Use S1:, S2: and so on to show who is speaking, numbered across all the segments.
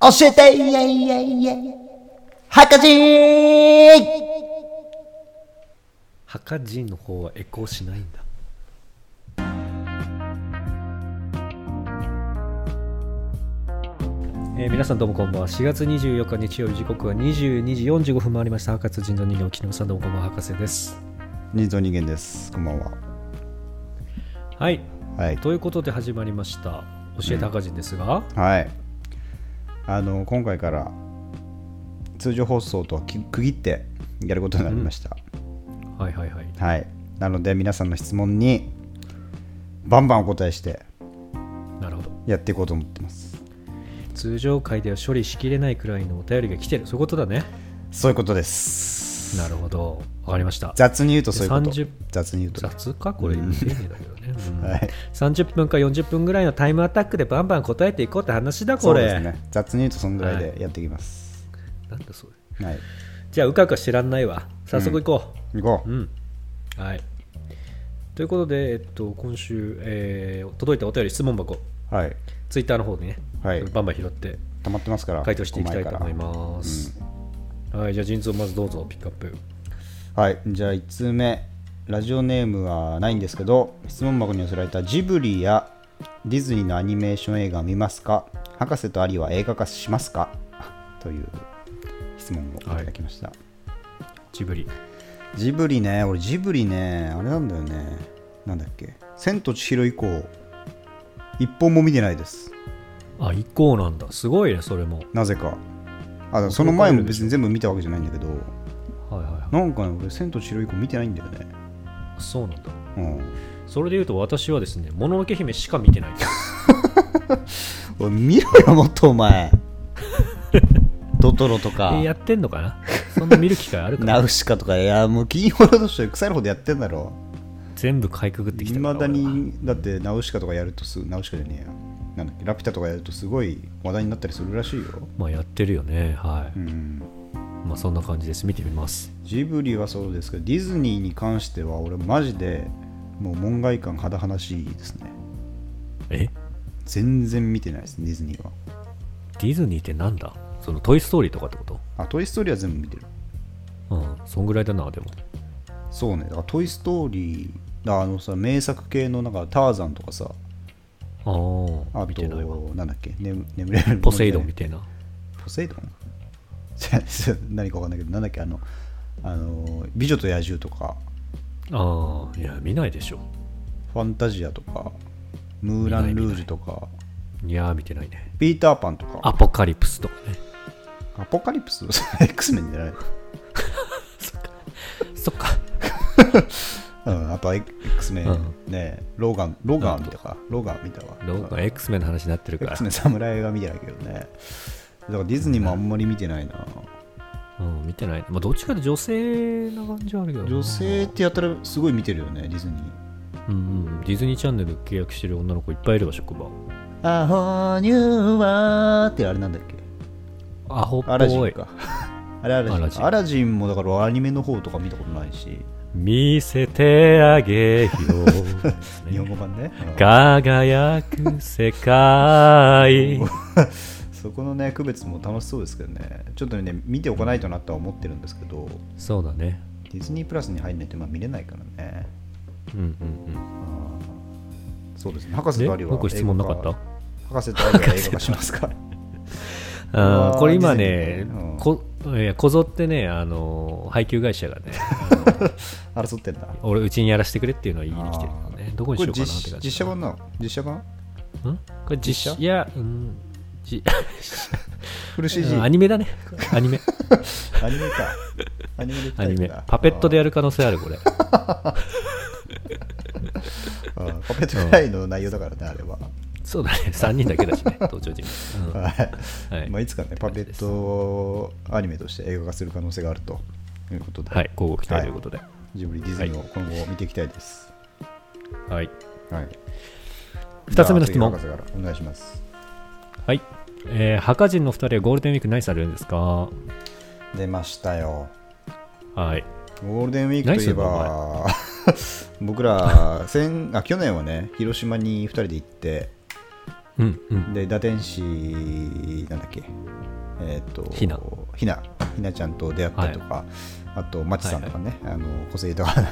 S1: 教えていやいやいやハカジー
S2: ハカジンの方はエコーしないんだえー皆さんどうもこんばんは4月24日日曜日時刻は22時45分回りました博士人の人形木野さんどうもこんばんは博士です
S3: 人造人間です。こんばんは。
S2: はい
S3: はい。
S2: ということで始まりました教えて博士ですが、
S3: はい。あの、今回から通常放送とはき区切ってやることになりました。
S2: はいはいはい
S3: はい。なので、皆さんの質問にバンバンお答えして
S2: なるほど
S3: やっていこうと思ってます。
S2: 通常回では処理しきれないくらいのお便りが来てるそういうことだね
S3: そういうことです。
S2: なるほどわかりました
S3: 雑に言うとそういうこと
S2: 30。
S3: 雑に言うと。
S2: 雑かこれ丁寧だけどね、うん
S3: はい。
S2: 30分か40分ぐらいのタイムアタックでバンバン答えていこうって話だ
S3: そ
S2: こ
S3: う
S2: れ
S3: ですね。雑に言うとそんぐらいでやっていきます。
S2: なんだそれ
S3: はい。
S2: じゃあうかうか知らんないわ早速行こ
S3: 行こ
S2: ううん、はいということで、えっと、今週、えー届いたお便り質問箱
S3: う。はい。
S2: ツイッターの方でね、
S3: はい
S2: バンバン拾って
S3: 溜まってますから。
S2: 回答していきたいと思い
S3: す
S2: ます、はいじゃあ腎臓まずどうぞピックアップ
S3: はい、じゃあ1通目ラジオネームはないんですけど質問箱に寄せられたジブリやディズニーのアニメーション映画を見ますか博士とアリは映画化しますかという質問をいただきました、
S2: ジブリ
S3: ジブリね俺ジブリねあれなんだよねなんだっけ「千と千尋」以降一本も見てないです
S2: あ一行なんだすごいねそれも
S3: なぜかあその前も別に全部見たわけじゃないんだけど
S2: はいはいは
S3: なんかね俺「千と千尋」以降見てないんだよね
S2: いそうなんだ
S3: うん
S2: それでいうと私はですねもののけ姫しか見てないです
S3: おい見ろよもっと お前トトロとか
S2: えやってんのかなそんな見る機会あるかな
S3: ナウシカとかいやもう金曜ロードショー腐るほどやってんだろ
S2: 全部かいくぐってき
S3: い
S2: た
S3: ま
S2: から
S3: だ
S2: 俺は
S3: にだってナウシカとかやるとすナウシカじゃねえやなんだっけラピュタとかやるとすごい話題になったりするらしいよ、
S2: まあやってるよねはい、
S3: うん、
S2: まあそんな感じです見てみます
S3: ジブリはそうですけどディズニーに関しては俺マジでもう門外観肌なしいですね
S2: え
S3: 全然見てないですディズニーは
S2: ディズニーってなんだその「トイ・ストーリー」とかってこと
S3: あトイ・ストーリーは全部見てる
S2: うんそんぐらいだなでも
S3: そうねだからトイ・ストーリーだあのさ名作系のなんかターザンとかさ
S2: ああ
S3: あ
S2: 見てないわ
S3: と、なんだっけ、眠眠れる
S2: ポセイドンみ
S3: み
S2: たいな
S3: ポセイドン じゃじゃ何かわかんないけど、なんだっけ、あの、あの美女と野獣とか、
S2: ああいや見ないでしょ
S3: ファンタジアとか、ムーラン・ルージュとか、
S2: いやー見てないね
S3: ピーター・パンと
S2: ア
S3: か、
S2: ポカリプスとか ね
S3: アポカリプス ?X メンじゃない
S2: そっか
S3: うん、あと X メン、
S2: う
S3: ねローガン、ローガンは見たか、ローガンは見たわ。
S2: ロー X メンの話になってるから、
S3: X メン侍は見てないけどね。だからディズニーもあんまり見てないな。
S2: うん、見てない、まあ、どっちかって女性な感じはあるけどな
S3: 女性ってやったらすごい見てるよね、ディズニー。
S2: うんうんディズニーチャンネル契約してる女の子いっぱいいるわ職場
S3: アホニューワーってあれなんだっけ
S2: アホっ
S3: アラジ
S2: ぽ
S3: ン
S2: い
S3: か。 あれアラジン
S2: ア
S3: ア
S2: ラ
S3: ラ
S2: ジ
S3: ジ
S2: ン
S3: ンもだからアニメの方とか見たことないし、
S2: 見せてあげよう、
S3: 日本語版ね。
S2: 輝く世界
S3: そこのね、区別も楽しそうですけどね。ちょっとね、見ておかないとなとは思ってるんですけど、
S2: そうだね
S3: ディズニープラスに入んないとまあ見れないからね。
S2: うんうん
S3: そうですね。博
S2: うん
S3: 士
S2: で
S3: とアリは。
S2: 僕質問なかった
S3: 博士とアリは映画化しま すか
S2: あーこれ今ね
S3: ディズニーねうん
S2: こいやこぞってねあの配給会社がね
S3: 争ってんだ。
S2: 俺うちにやらせてくれっていうのを言いに来てるからねどこに
S3: こ
S2: しようか
S3: れ
S2: なっ
S3: 実
S2: て感じ
S3: 実写版なの実写版
S2: んこれ実
S3: 実
S2: 写
S3: 写
S2: いやうん じ
S3: フル CG?
S2: ア
S3: アニ
S2: ニメだねア ニメ
S3: メか。アニメできた
S2: ア
S3: い
S2: ニ
S3: ん
S2: メ
S3: だ
S2: パペットでやる可能性あるこれ
S3: あーパペットフライの内容だからね、あれは。
S2: そうだね3人だけだ しね登場人物、うん
S3: はい
S2: はい
S3: まあ、いつかね、パペットをアニメとして映画化する可能性があるということで、
S2: はい交互期待ということで
S3: ジブリ、ディズニーを今後見ていきたいです。
S2: はい
S3: はい
S2: 二つ目の質問
S3: じゃあ次博士からお願いします。
S2: はい。えー、ハカ人の2人はゴールデンウィーク何されるんですか
S3: 出ましたよ。
S2: はい。
S3: ゴールデンウィークといえば、 僕ら先あ、去年はね、広島に2人で行って、
S2: うんうん。
S3: で、打天市、なんだっけ、えっと
S2: ひな
S3: ひなひなちゃんと出会ったりとか、あとまちさんとかね、あの個性豊かな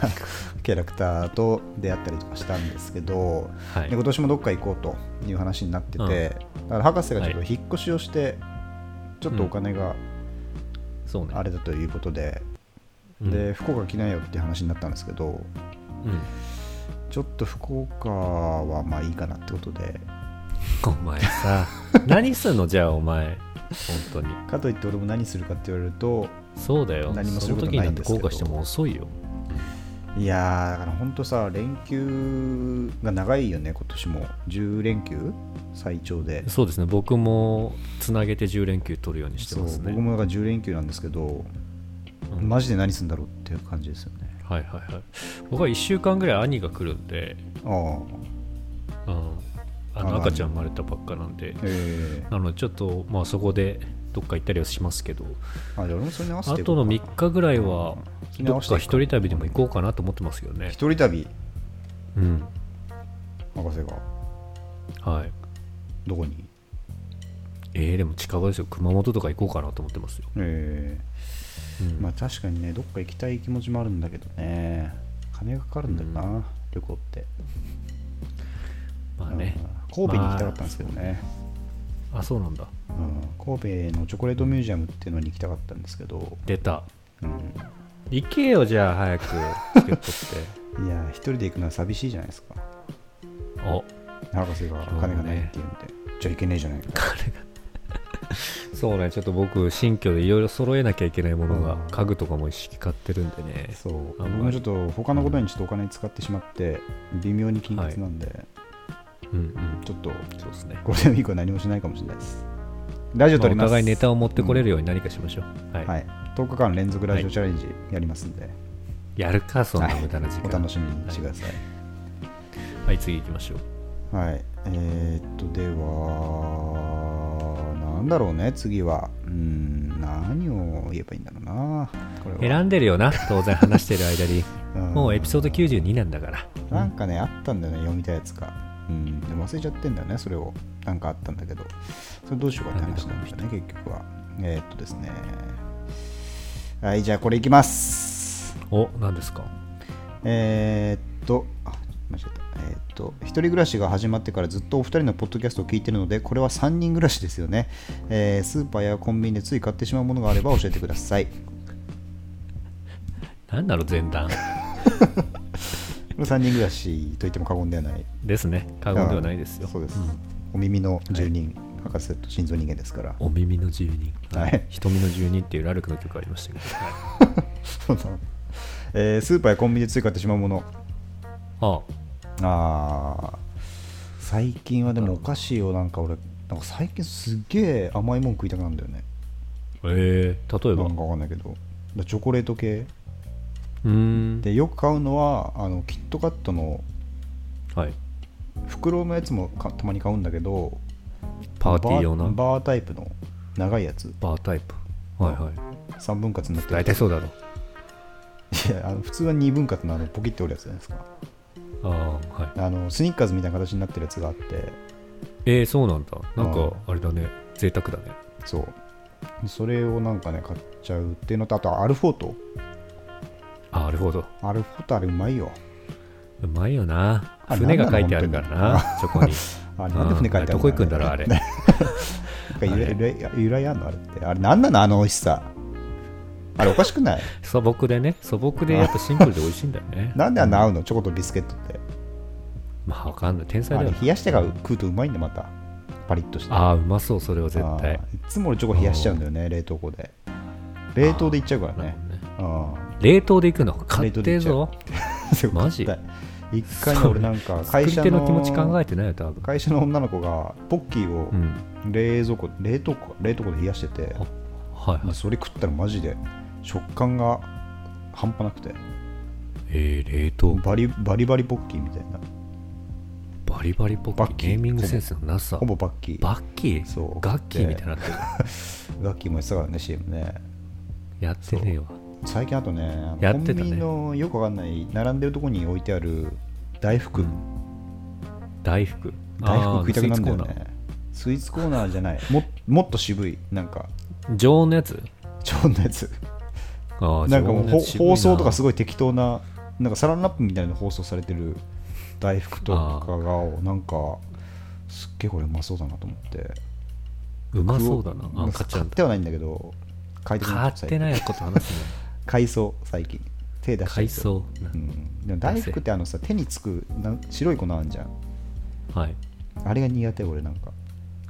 S3: キャラクターと出会ったりとかしたんですけど、
S2: は
S3: で
S2: い
S3: 今年もどっか行こうという話になってて、
S2: うん
S3: だから博士がちょっと
S2: はい
S3: 引っ越しをして、ちょっとお金が
S2: そうね
S3: あれだということで、
S2: うん
S3: で福岡来ないよっていう話になったんですけど
S2: うん
S3: ちょっと福岡はまあいいかなってことで
S2: お前さ 何すんのじゃあお前本当に
S3: かといって俺も何するかって言われると
S2: そうだよ
S3: 何も
S2: そ
S3: する
S2: の
S3: こ
S2: 時
S3: と
S2: に
S3: ない
S2: なんんて
S3: ですけ
S2: 後
S3: ど
S2: 悔しても遅いよ
S3: いやーだから本当さ連休が長いよね今年も10連休最長で
S2: そうですね僕もつなげて10連休取るようにして
S3: そう
S2: ますね
S3: 僕もだから10連休なんですけど、
S2: うん
S3: マジで何するんだろうっていう感じですよね
S2: はいはいはい僕は1週間ぐらい兄が来るんで、
S3: ああ
S2: うん、あ
S3: あ
S2: の
S3: ら
S2: 赤ちゃん生まれたばっかなんで
S3: え
S2: なのでちょっとまあそこでどっか行ったりはしますけど
S3: ー、あじゃあ俺もそれに合わせ
S2: あ
S3: て
S2: との3日ぐらいは
S3: 日に合
S2: ど
S3: わ
S2: っ
S3: せて
S2: か
S3: いくか
S2: 一人旅でも行こうかなと思ってますよね
S3: 一人旅
S2: うん
S3: 博士が
S2: はい
S3: どこに
S2: えー、でも近場ですよ熊本とか行こうかなと思ってますよ、
S3: え
S2: うん
S3: ー、まあ確かにねどっか行きたい気持ちもあるんだけどね金がかかるんだよな、旅行って、
S2: まあね
S3: うん神戸に行きたかったんですけどね、
S2: あそうなんだ
S3: うん、神戸のチョコレートミュージアムっていうのに行きたかったんですけど、
S2: 出た
S3: うん、
S2: 行けよじゃあ早くチケットって
S3: いや一人で行くのは寂しいじゃないですか
S2: お
S3: 博士が金がないっていうんで、じゃあ行けねえじゃないか
S2: そうねちょっと僕新居でいろいろ揃えなきゃいけないものが、
S3: うん
S2: 家具とかも一式買ってるんでね
S3: そう
S2: あ
S3: 僕
S2: んまり
S3: もちょっと他のことにちょっとお金使ってしまって微妙に金欠なんで、
S2: うんうん
S3: ちょっと
S2: そうですね
S3: ゴールデンウィークは何もしないかもしれないですラジオ
S2: まあお
S3: 撮ります、
S2: 互いネタを持ってこれるように何かしましょう、はい、
S3: はい、10日間連続ラジオチャレンジやりますんで、
S2: やるかそん
S3: は
S2: ない無駄な時間
S3: お楽しみにしてください、
S2: はい次行きましょう
S3: はい、えーっとではなんだろうね次はうん何を言えばいいんだろうなこれは
S2: 選んでるよな当然話してる間に
S3: うん
S2: もうエピソード92なんだから
S3: なんかねあったんだよね読みたやつがうんでも忘れちゃってんだよねそれをなんかあったんだけどそれどうしようかって話なんだよね結局はえーっとですねはいじゃあこれいきます
S2: お何ですか
S3: えーっと、あ間違えた。えーっと、一人暮らしが始まってからずっとお二人のポッドキャストを聞いてるので、これは3人暮らしですよね。えースーパーやコンビニでつい買ってしまうものがあれば教えてください。
S2: 何だろう前段
S3: これ3人暮らしと言っても過言ではない。
S2: ですね過言ではないですよ
S3: そうです。
S2: ん
S3: お耳の住人、博士と心臓人間ですから。
S2: お耳の住人、
S3: はい
S2: 瞳の住人っていうラルクの曲ありましたけど、
S3: そうだえースーパーやコンビニでつい買ってしまうもの。
S2: あ
S3: あー最近はでもお菓子をなんか俺、なんか最近すっげえ甘いもん食いたくなるんだよね。
S2: あえー、例えば
S3: なんかわかんないけどだからチョコレート系
S2: うーん
S3: でよく買うのはあのキットカットの
S2: はい
S3: 袋のやつもかたまに買うんだけど
S2: パーティー用な
S3: ババータイプの長いやつ
S2: バータイプはいはい
S3: 3分割になって
S2: 大体そうだろ
S3: いやあの普通は2分割のあのポキって折るやつじゃないですか
S2: ああはい
S3: あのスニッカーズみたいな形になってるやつがあって
S2: えー、そうなんだなんかあれだね贅沢だね
S3: そうそれをなんかね買っちゃうっていうのとあとアルフォート
S2: あなるほど
S3: アルフォートあれうまいよ
S2: うまいよな
S3: あ
S2: 船が書いてあるから
S3: なんなの
S2: なそこに
S3: あれなんで船書いてあ
S2: う
S3: る
S2: んどこ行くんだろうあれ
S3: なんか由来由来由来あんのあれってあれなんなのあの美味しさあれおかしくない
S2: 素朴でね素朴でやっぱシンプルで美味しいんだよね
S3: なんであんな合うのチョコとビスケットって。
S2: まあわかんない天才
S3: あ
S2: だ
S3: れ
S2: よ
S3: 冷やしてから食うとうまいんだ、また。パリッとして。
S2: ああーうまそうそれは絶対
S3: あーいつも俺チョコ冷やしちゃうんだよね、冷凍庫で。冷凍でいっちゃうからね。あ
S2: 冷凍でいくの買っ
S3: 冷凍
S2: て
S3: でい
S2: え
S3: っちゃう
S2: ぞ
S3: ー そう
S2: マジ
S3: 絶対一回ね、俺なんか会
S2: 作
S3: 社
S2: り手
S3: の
S2: の気持ち考えてないよ多分
S3: 会社の女の子がポッキーを
S2: うん
S3: 冷蔵庫、冷凍庫、冷凍庫で冷やしてて、
S2: はいはい
S3: まあそれ食ったらマジで食感が半端なくて、
S2: えー、冷凍
S3: バリバリバリポッキーみたいな。
S2: バリバリポ
S3: バ
S2: ッ
S3: ッ
S2: キ
S3: キ
S2: ー
S3: ー
S2: ネーミングセンスのなさ
S3: ほぼバッキー。
S2: バッキー
S3: そう
S2: ガッキーみたいになってる
S3: ガッキーもやってたからね、CM ね。
S2: やってねえわ
S3: 最近あとねあの
S2: やってたね
S3: コンビニのよくわかんない並んでるとこに置いてある大福、
S2: 大福
S3: 大福食いたくなるんだよ
S2: あースイーツ
S3: ねスイーツコーナーじゃないももっと渋いなんか
S2: コ常温のやつ
S3: ジョンのやつ
S2: ああ
S3: なんかも
S2: 常温
S3: う
S2: の
S3: ほ
S2: やつ渋いな
S3: 放送とかすごい適当ななんかサランラップみたいなの放送されてる大福とかがなんかすっげえこれうまそうだなと思って
S2: うまそうだな
S3: 食お
S2: あ買っちゃ
S3: 買
S2: う
S3: っ
S2: ん
S3: て
S2: だ
S3: はないんだけど買い
S2: 買って
S3: い
S2: ないこと話すね
S3: 買いそう最近手出して
S2: 海藻
S3: うん、でも大福ってあのさ手につくな白い粉あんじゃん
S2: はい
S3: あれが苦手俺なんか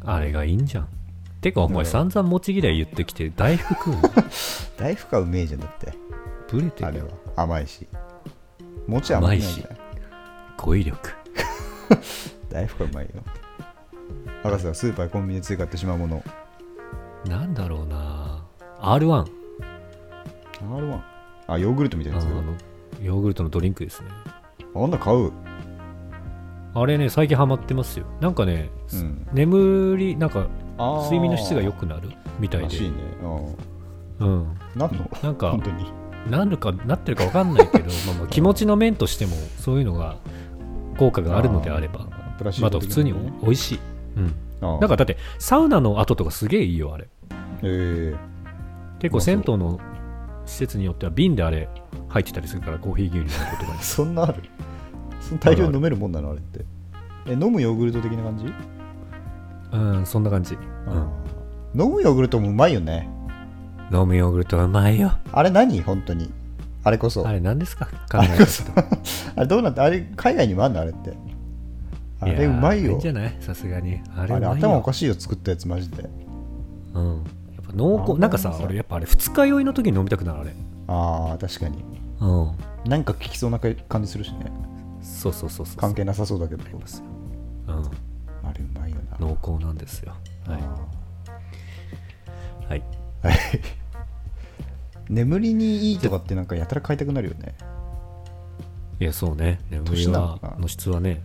S2: あれがいいんじゃんてかお前散々持ち嫌い言ってきて大福を
S3: 大福はうめえじゃんだって
S2: ブレて
S3: あ
S2: る
S3: れは
S2: よ
S3: 甘いし餅は甘いし
S2: 甘い語彙力
S3: 大福はうまいよ博士はスーパーやコンビニでつい買ってしまうもの
S2: なんだろうな R1
S3: R1 あヨーグルトみたい
S2: あ
S3: なやつ
S2: のヨーグルトのドリンクですね
S3: あんな買う
S2: あれね最近ハマってますよなんかね、
S3: うん
S2: 眠りなんか
S3: あー
S2: 睡眠の質が良くなるみたい
S3: らしい
S2: で
S3: ねうん
S2: うん
S3: 何の
S2: なんか
S3: 本当に
S2: なるかなってるか分かんない けどまあまあ気持ちの面としてもそういうのが効果があるのであれば
S3: ープラシー
S2: ま
S3: ボ
S2: た
S3: 的
S2: 普通
S3: な
S2: に
S3: ね
S2: お美味しい、うん、
S3: あー
S2: なんかだってサウナの後とかすげえいいよあれ
S3: えー
S2: 結構銭湯の施設によっては瓶であれ入ってたりするからコーヒー牛乳のことが
S3: そんなあるそんな大量に飲めるもんなのあれってえ飲むヨーグルト的な感じ
S2: うんそんな感じ、うん、
S3: 飲むヨーグルトもうまいよね
S2: 飲むヨーグルトはうまいよ
S3: あれ何本当にあれこそ
S2: あ
S3: あれ
S2: れ何ですか考えですけど
S3: どうなってあれ海外にもあんのあれってあ
S2: や
S3: れ
S2: ー
S3: うまい
S2: いい
S3: よ
S2: んじゃないさすがにあ
S3: あ
S2: れ
S3: れ
S2: うまいよ
S3: 頭おかしいよ作ったやつマジで
S2: うんやっぱ濃厚なんかさ
S3: あ
S2: 俺やっぱあれ二日酔いの時に飲みたくなるあれ
S3: ああ確かに
S2: うん
S3: なんか効きそうな感じするしね
S2: そうそうそうそう
S3: 関係なさそうだけど
S2: ありますよ、うん、
S3: あれうまいよな
S2: 濃厚なんですよは
S3: あ
S2: い、はい、
S3: ーはい眠りにいいとかってなんかやたら買いたくなるよね
S2: いやそうね眠り
S3: 年なの
S2: は
S3: かな
S2: の質はね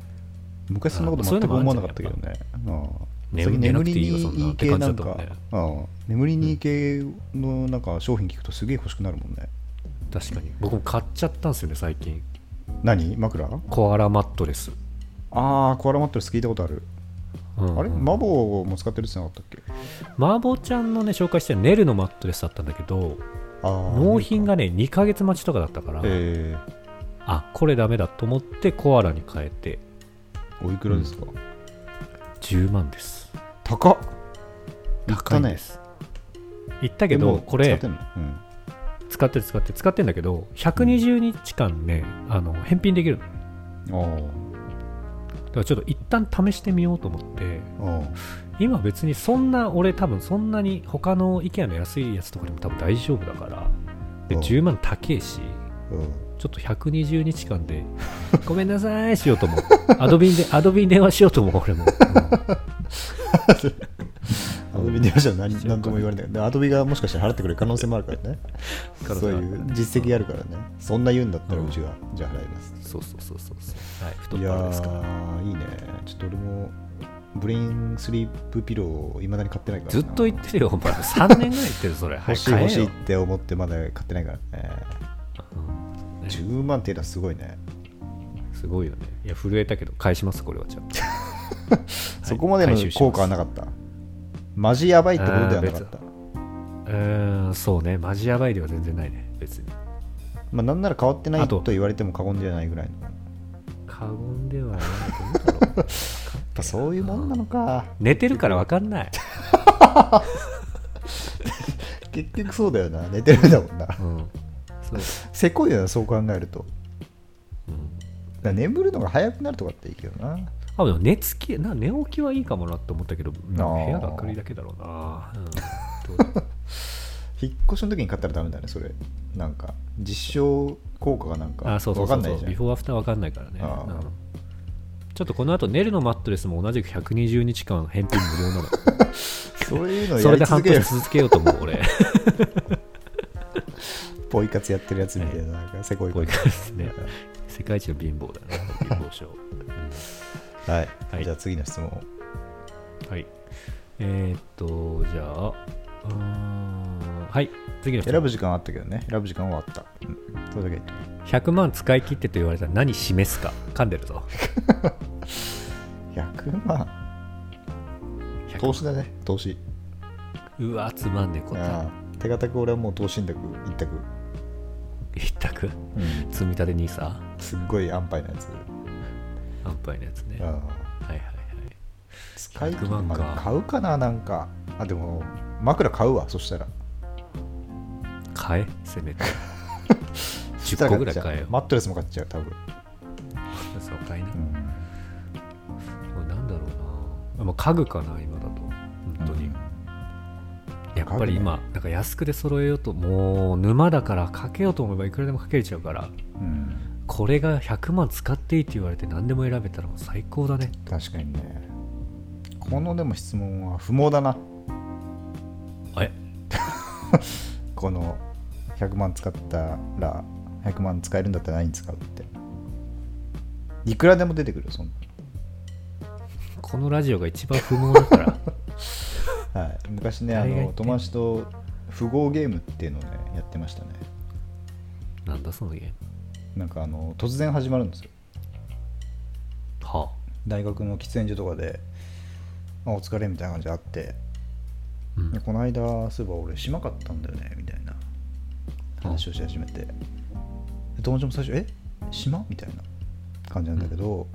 S3: 昔そんなこと
S2: あーそう
S3: 全
S2: いうの
S3: く
S2: もある
S3: 思
S2: ん
S3: わ
S2: じゃ
S3: な
S2: ない
S3: かったけどね。うん
S2: 寝
S3: 最近
S2: 寝な
S3: 眠
S2: くて
S3: り
S2: いいよそんな
S3: にいい
S2: って
S3: 系
S2: 感じ
S3: な
S2: だ
S3: ん
S2: と
S3: か
S2: 思うね、
S3: うん眠りにいい系のなんか商品聞くとすげえ欲しくなるもんね。
S2: 確かに僕も買っちゃったんですよね最近
S3: 何枕
S2: コアラマットレス、
S3: ああ、コアラマットレス聞いたことある。
S2: うん
S3: あれマボウも使ってるってなかったっけ
S2: マーボーちゃんのね紹介してるネルのマットレスだったんだけど
S3: あー
S2: 納品がね2ヶ月待ちとかだったから、
S3: え
S2: あこれダメだと思ってコアラに変えて
S3: ー、おいくらですか、
S2: 10万です
S3: 高っ
S2: 高いで。す言ったけ
S3: で
S2: ど
S3: も
S2: こ
S3: 使
S2: れ
S3: ってんのうん
S2: 使ってる使ってる使ってるんだけど120日間ね、あの返品できるのだからちょっと一旦試してみようと思って
S3: あー
S2: 今別にそんな俺多分そんなに他の IKEA の安いやつとかでも多分大丈夫だからで
S3: うん
S2: 10万高えし
S3: うんうん
S2: ちょっと120日間で ごめんなさいしようと思うアドビンでアドビン電話しようと思う俺も、
S3: アドビに電話した ら何何とも言われないでアドビがもしかしたら払ってくれる可能性もあるからね
S2: 可能
S3: そ
S2: 性
S3: う
S2: ある
S3: いう実績あるからねそんな言うんだったら
S2: うん
S3: うちが、じゃあ払います
S2: うんそうそうそうそうそうはい太っ
S3: いや
S2: たですから
S3: ーいいねちょっと俺もブレインスリープピローをいまだに買ってないから
S2: ず
S3: な
S2: っと言ってるよお前3年ぐらい言ってるそ れ
S3: 欲しい
S2: 早
S3: 欲
S2: く
S3: し
S2: 買え
S3: い
S2: よ
S3: って思ってまだ買ってないからね
S2: うんね
S3: 10万っていうのはすごいね
S2: すごいよねいや震えたけど返しますこれはじゃあ
S3: そこまでの
S2: 回収します
S3: 効果はなかったマジやばいってことではなかった
S2: あうーんそうねマジやばいでは全然ないね別に
S3: まあなんなら変わってな
S2: あ
S3: い
S2: と
S3: と言われても過言ではないぐらいのやっ
S2: 過言ではない と思うだろう
S3: ぱそういうもんなのか
S2: 寝てるから分かんない、
S3: 結局そうだよな寝てるんだもんな
S2: うんそう
S3: せこいよなそう考えるとだか
S2: うん
S3: ら眠るのが早くなるとかっていいけどな
S2: あでも寝つきな寝起きはいいかもなって思ったけど、うん部
S3: あー
S2: 屋が明るいだけだろうな、うんどうだ
S3: 引っ越しの時に買ったらダメだねそれなんか実証効果がなんか
S2: あそうそ
S3: 分
S2: うそ
S3: かん
S2: うそ
S3: ないうじゃ
S2: ビ
S3: ん
S2: フォーアフター分かんないからね、
S3: あ
S2: う
S3: ー
S2: んちょっとこの後ネルのマットレスも同じく120日間返品無料なの
S3: そういうの
S2: そ
S3: や
S2: れ
S3: り
S2: で
S3: 続
S2: 半
S3: ける
S2: 年続けようと思う 俺
S3: ポイ活やってるやつみたいななんかせこい
S2: こういう
S3: こと
S2: 感じですね世界一の貧乏だね貧乏症
S3: はい、
S2: はい
S3: じゃあ次の質問
S2: はいえーっとじゃあうーんはい次の人
S3: 選ぶ時間はあったけどね選ぶ時間はあった、うん、それだけ言って
S2: 100万使い切ってと言われたら何示すか噛んでるぞ
S3: 100万
S2: 100
S3: 投資だね投資
S2: うわつまんねえこ
S3: う
S2: と
S3: ん手堅く俺はもう投資信託一択、
S2: 一択
S3: うん、
S2: 積み立て NISA
S3: すっごい安牌なやつ、
S2: 安牌のやつね
S3: う
S2: はい
S3: ん、
S2: はいはい
S3: 使い切
S2: 100万か
S3: まあ買うかななんかあでも枕買うわそしたら
S2: 買えせめて
S3: 10
S2: 10個ぐらい買えよ
S3: マットレスも買っちゃう多分、
S2: そう買いな、
S3: うん
S2: もうなんだろうなもう家具かな今だと本当に、やっぱり今なんか安くで揃えようともう沼だからかけようと思えばいくらでもかけれちゃうから
S3: うん、
S2: これが100万使っていいって言われて何でも選べたらもう最高だね
S3: 確かにねこのでも質問は不毛だな
S2: え
S3: この100万使ったら100万使えるんだったら何に使うっていくらでも出てくるよそん
S2: このラジオが一番不毛だから
S3: な、はい、昔ねあ
S2: 誰が言
S3: の
S2: って
S3: 友達と富豪ゲームっていうのをねやってましたね
S2: なんだそのゲーム
S3: なんかあの突然始まるんですよ
S2: は
S3: 大学の喫煙所とかで、まあ、お疲れみたいな感じであって、
S2: あ、うん
S3: でこの間そういえば俺しまかったんだよねみたいな話をし始めて、で友達も最初「え島?」みたいな感じなんだけど、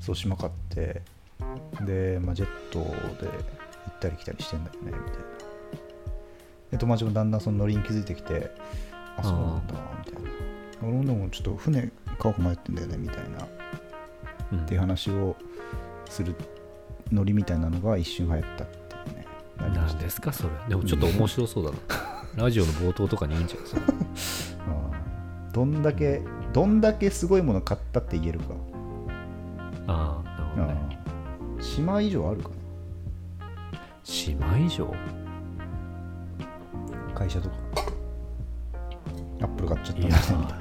S3: そう島買ってで、まあ、ジェットで行ったり来たりしてんだよねみたいなで友達もだんだんそのノリに気づいてきて「あそうなんだ」みたいな「俺もでもちょっと船買おうか迷ってんだよね」みたいな
S2: うん
S3: っていう話をするノリみたいなのが一瞬流行ったっていうねなりま
S2: な
S3: し
S2: ん
S3: た
S2: ですかそれでもちょっと面白そうだなラジオの冒頭とかにいいんじゃないそれ
S3: うんどんだけどんだけすごいもの買ったって言えるか、
S2: ああなるほどね
S3: うん島以上あるか
S2: 島以上
S3: な会社とかアップル買っ ちゃったんだ
S2: いや
S3: よねみたいな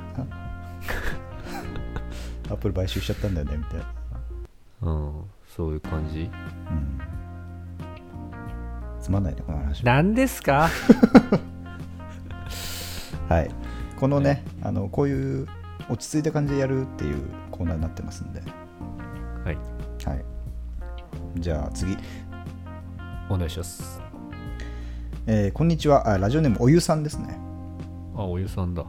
S3: アップル買収しちゃったんだよねみたいな、
S2: うんそういう感じ
S3: うん、つまんないねこの話
S2: なんですか
S3: はいこのねあのこういう落ち着いた感じでやるっていうコーナーになってますんで
S2: はい
S3: はい。じゃあ次、
S2: お願いします
S3: えーこんにちはあラジオネームおゆさんですね、
S2: あお湯さんだ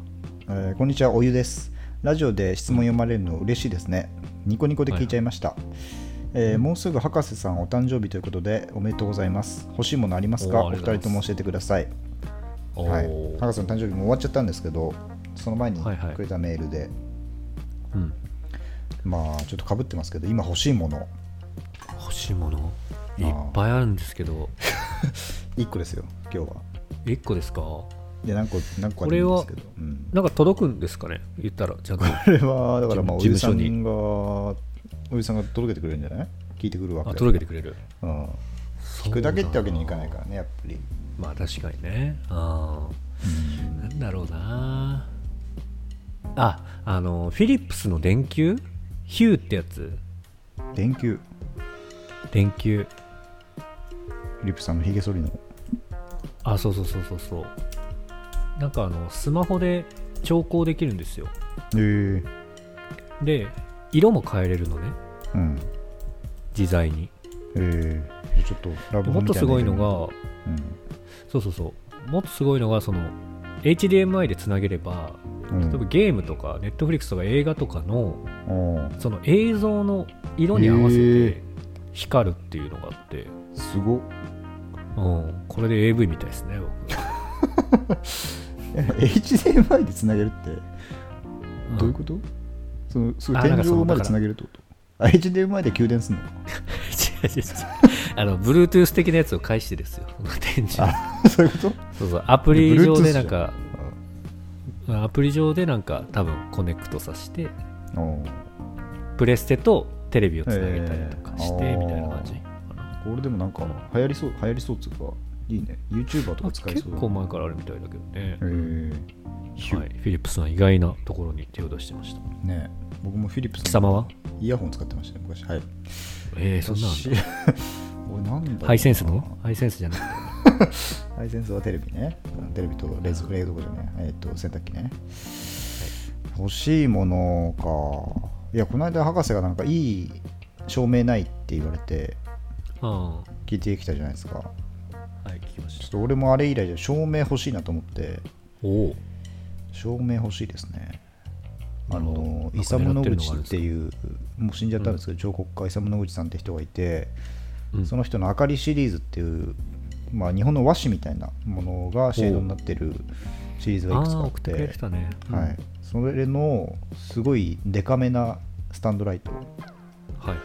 S3: えーこんにちはおゆですラジオで質問読まれるの嬉しいですねニコニコで聞いちゃいました、えーもうすぐ博士さんお誕生日ということでおめでとうございます欲しいものありますか
S2: おー
S3: お
S2: あ
S3: 二
S2: りがとうござい
S3: 人
S2: ます
S3: とも教えてください、
S2: お
S3: はい
S2: お、、
S3: 博士の誕生日も終わっちゃったんですけどその前に
S2: はいはい
S3: くれたメールで、
S2: うん、
S3: まあちょっとかぶってますけど今欲しいもの
S2: 欲しいものいっぱいあるんですけど
S3: 1個ですよ今日は
S2: 1個ですか
S3: で何個何個かでいいんですけどうん
S2: なんか届くんですかね言ったらちゃん と
S3: これはだからまあお
S2: 事
S3: じ
S2: 務
S3: さ
S2: 所
S3: ん
S2: に
S3: がおじさんが届けてくれるんじゃない聞いてくるわけ
S2: あ
S3: だ
S2: 届けてくれる
S3: うん、聞くだけってわけにはいかないからねやっぱり
S2: まあ確かにねあーなんだろうなああのフィリップスの電球ヒューってやつ
S3: 電球
S2: 電球
S3: フィリップさんのひげ剃りの
S2: あそうそうそうそうそうなんかあのスマホで調光できるんですよ
S3: えー、
S2: で色も変えれるのね
S3: うん
S2: 自在に
S3: えー、ちょっとラブホ
S2: もっとすごいのが
S3: み
S2: そうそうそうもっとすごいのがその HDMI でつなげれば
S3: たいな
S2: 例
S3: やつ
S2: えば
S3: ね
S2: ゲームとか Netflix とか映画とかの
S3: うんうん、おー
S2: その映像の色に合わせ
S3: へ
S2: て
S3: え
S2: 光るっていうのがあって、
S3: すごっ
S2: うん、これで AV みたいですね僕
S3: え HDMI でつなげるってどういうこと、そのすごい
S2: あなん
S3: 天
S2: かその
S3: 井まで
S2: だから
S3: つなげるってことあ HDMI で給電するの か
S2: 違う違う違う あの Bluetooth 的なやつを介してですよその展示
S3: あそういうこと
S2: そうそうアプリ上でなんか
S3: Bluetooth
S2: アプリ上でなんか多分コネクトさせて
S3: おー
S2: プレステとテレビをつなげたりとかして、
S3: えー
S2: みたいな感じ
S3: これでもなんか流行りそう流行りそうっつうかいいね YouTuber とか使い
S2: 結
S3: そう
S2: 構前からあるみたいだけどね、
S3: へえ
S2: はい、フィリップスさん意外なところに手を出してました
S3: ねえ僕もフィリップス
S2: 貴
S3: の
S2: 様は
S3: イヤホン使ってましたね昔はい
S2: えー、そんなのある
S3: 私 俺なんだろうな
S2: ハイセンスのハイセンスじゃない
S3: ハイセンスはテレビねテレビと冷蔵庫冷蔵庫じゃねええっと洗濯機ね欲しいものかいやこの間博士がなんかいい照明ないって言われて
S2: あ
S3: 聞いてきたじゃないですか
S2: あはい聞きまし
S3: ちょったと俺もあれ以来で照明欲しいなと思って
S2: おお
S3: 照明欲しいですねあ
S2: なるほどなん
S3: の
S2: か
S3: イサム・ノグチ
S2: 狙
S3: っていうもう死んじゃったんですけど、彫刻家イサム・ノグチさんって人がいて、
S2: うん
S3: その人の「明かり」シリーズっていう、まあ、日本の和紙みたいなものがシェードになってるシリーズがい
S2: あ
S3: くつか
S2: あ
S3: あ
S2: 送
S3: っ
S2: ってくれ
S3: て
S2: てたね、うん
S3: はい、それのすごいデカめなスタンドライト
S2: はいはい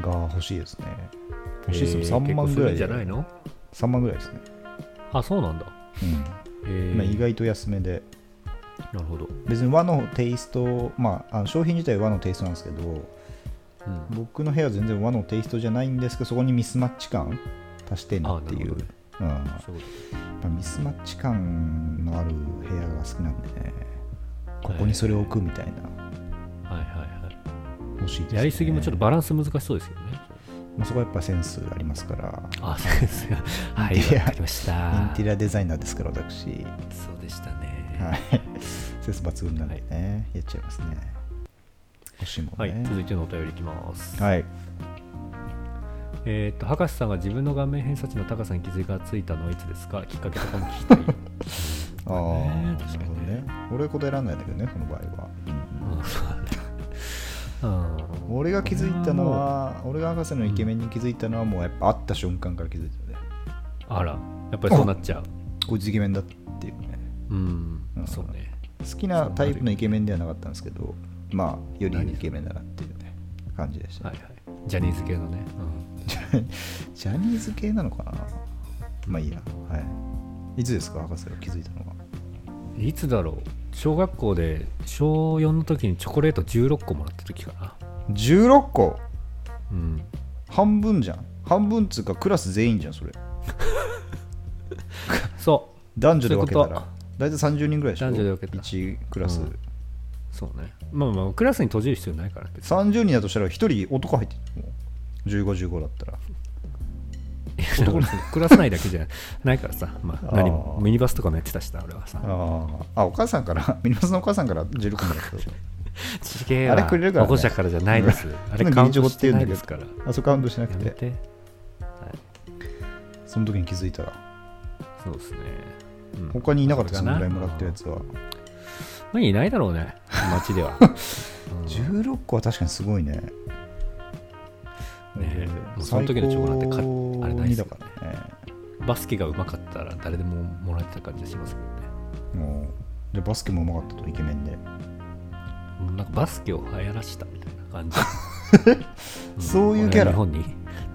S3: が欲しいですね欲しいです
S2: え
S3: ね
S2: ー
S3: 3万
S2: 結構す
S3: ぐ
S2: る
S3: ら
S2: ん
S3: い
S2: じ
S3: で
S2: ゃないの
S3: 3万ぐらいですね、
S2: あそうなんだえ
S3: う
S2: ー
S3: んまあ、意外と安めで
S2: なるほど、
S3: 別に和のテイスト、まあ、あの商品自体は和のテイストなんですけど
S2: うん、
S3: 僕の部屋は全然和のテイストじゃないんですけどそこにミスマッチ感足してんなってい
S2: あなる
S3: う、
S2: ほどね
S3: うんま
S2: そうだ
S3: あミスマッチ感のある部屋が好きなんでねここにそれを置くみたいな
S2: はいはいはい
S3: 欲しいです、ね、
S2: やりすぎもちょっと
S3: と
S2: バランス難しそうですよね。
S3: そこはやっぱセンスありますから
S2: あ、そうですよ。はい、
S3: インテリア
S2: わかりました。
S3: インテリアデザイナーですから私
S2: そうでしたね。
S3: はいセンス抜群なんでね、やっちゃいますね欲しいもん
S2: はい、
S3: ね
S2: 続いてのお便りいきます。
S3: はい
S2: えーっと、博士さんが自分の顔面偏差値の高さに気づがついたのはいつですかきっかけとかも聞きたい。
S3: ああ、
S2: ね
S3: な
S2: 確か
S3: るほど
S2: にね
S3: ね。俺答えられないんだけどね、この場合は。
S2: うんそうだねうん
S3: 俺が気づいたのは、俺が博士のイケメンに気づいたのは、もうやっぱ会った瞬間から気づいたよね。
S2: あら、やっぱりそうなっちゃう。
S3: こいつイケメンだっていうね。
S2: うん
S3: う、ん
S2: そうね。
S3: 好きなタイプのイケメンではなかったんですけど、まあ、よりイケメンだなっていうね、感じでした
S2: はい
S3: ね。
S2: はい。ジャニーズ系のね。
S3: ジャニーズ系なのかなまあいいや。はい。いつですか、博士が気づいたのは。
S2: うんいつだろう小学校で小4の時にチョコレート16個もらった時かな。
S3: 16個
S2: うん。
S3: 半分じゃん。半分っつうか、クラス全員じゃん、それ。
S2: そう。
S3: 男女で分けた
S2: そういうこ
S3: ら。大体30人ぐらいでしょ
S2: 男女で分けた
S3: 1クラス、
S2: うんそうね。まあまあ、クラスに閉じる必要ないから、 別に。
S3: 30人だとしたら1人男入ってるもう1515だったら
S2: いや別にクラス内だけじゃないからさ、ま
S3: あ
S2: あ、
S3: ー
S2: 何も、ミニバスとかもやってたしな、俺はさ。
S3: あああお母さんから ミニマスのお母さんから16個もら ったでしょ
S2: ちげえわ
S3: あれくれるからね
S2: 保護者からじゃないです。あれ、
S3: うん
S2: カウントしてないですから。や
S3: あそこカウントしなく
S2: め
S3: て
S2: て。
S3: その時に気づいたら
S2: そうですね。うん
S3: 他にいなかった
S2: そ
S3: そ
S2: れか
S3: の
S2: な
S3: ぐらいもらったやつは
S2: まあ、いないだろうね、街では。
S3: 16個は確かにすごいね
S2: ね
S3: え
S2: もうその時のチョコなんてかあれないっすよね
S3: だからね
S2: バスケがうまかったら誰でももらえてた感じがしますけどね。
S3: もうでバスケもうまかったとイケメンで、
S2: うんなんかバスケを流行らしたみたいな感 じ。ん
S3: そういうキャラ
S2: 日本に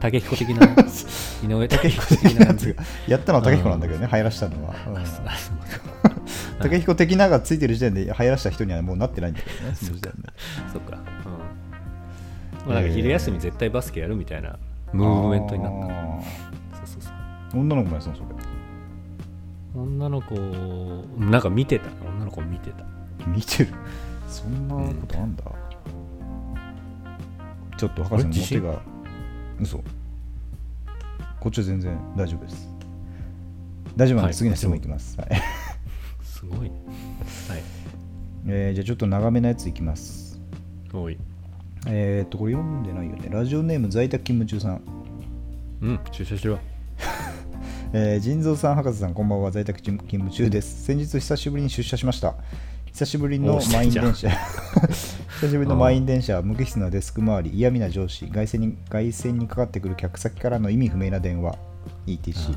S2: 竹彦 的な、井上竹彦的な感じが。
S3: やったのは武彦なんだけどね、流行らしたのは、うん
S2: あそう
S3: 武彦的ながついてる時点で流行らした人にはもうなってないんだけどね、その時点で。
S2: そっか。うん。まあ、なんか昼休み絶対バスケやるみたいなムーブメントになっ。
S3: った
S2: そうそうそう。
S3: た。女の子もやってたのそ
S2: 女の子を、なんか見てた。女の子を見てた。
S3: れ。見てる。そんなことあんだ。ちょっと博士の手が。嘘。こっちは全然大丈夫です。大丈夫なん
S2: は
S3: で
S2: い
S3: 次の質問いきます。はい
S2: すごいね。はい。
S3: えーじゃあちょっと長めのやついきます。
S2: おい。
S3: えーっと、これ読んでないよね。ラジオネーム在宅勤務中さん。
S2: うん、注射しろ。
S3: えー、人造さん博士さんこんばんは在宅勤務中です先日久しぶりに出社しました久しぶりの
S2: おー
S3: 満員電
S2: して
S3: 車久しぶりの満員電車無機質なデスク周り嫌味な上司外線に外線にかかってくる客先からの意味不明な電話 ETC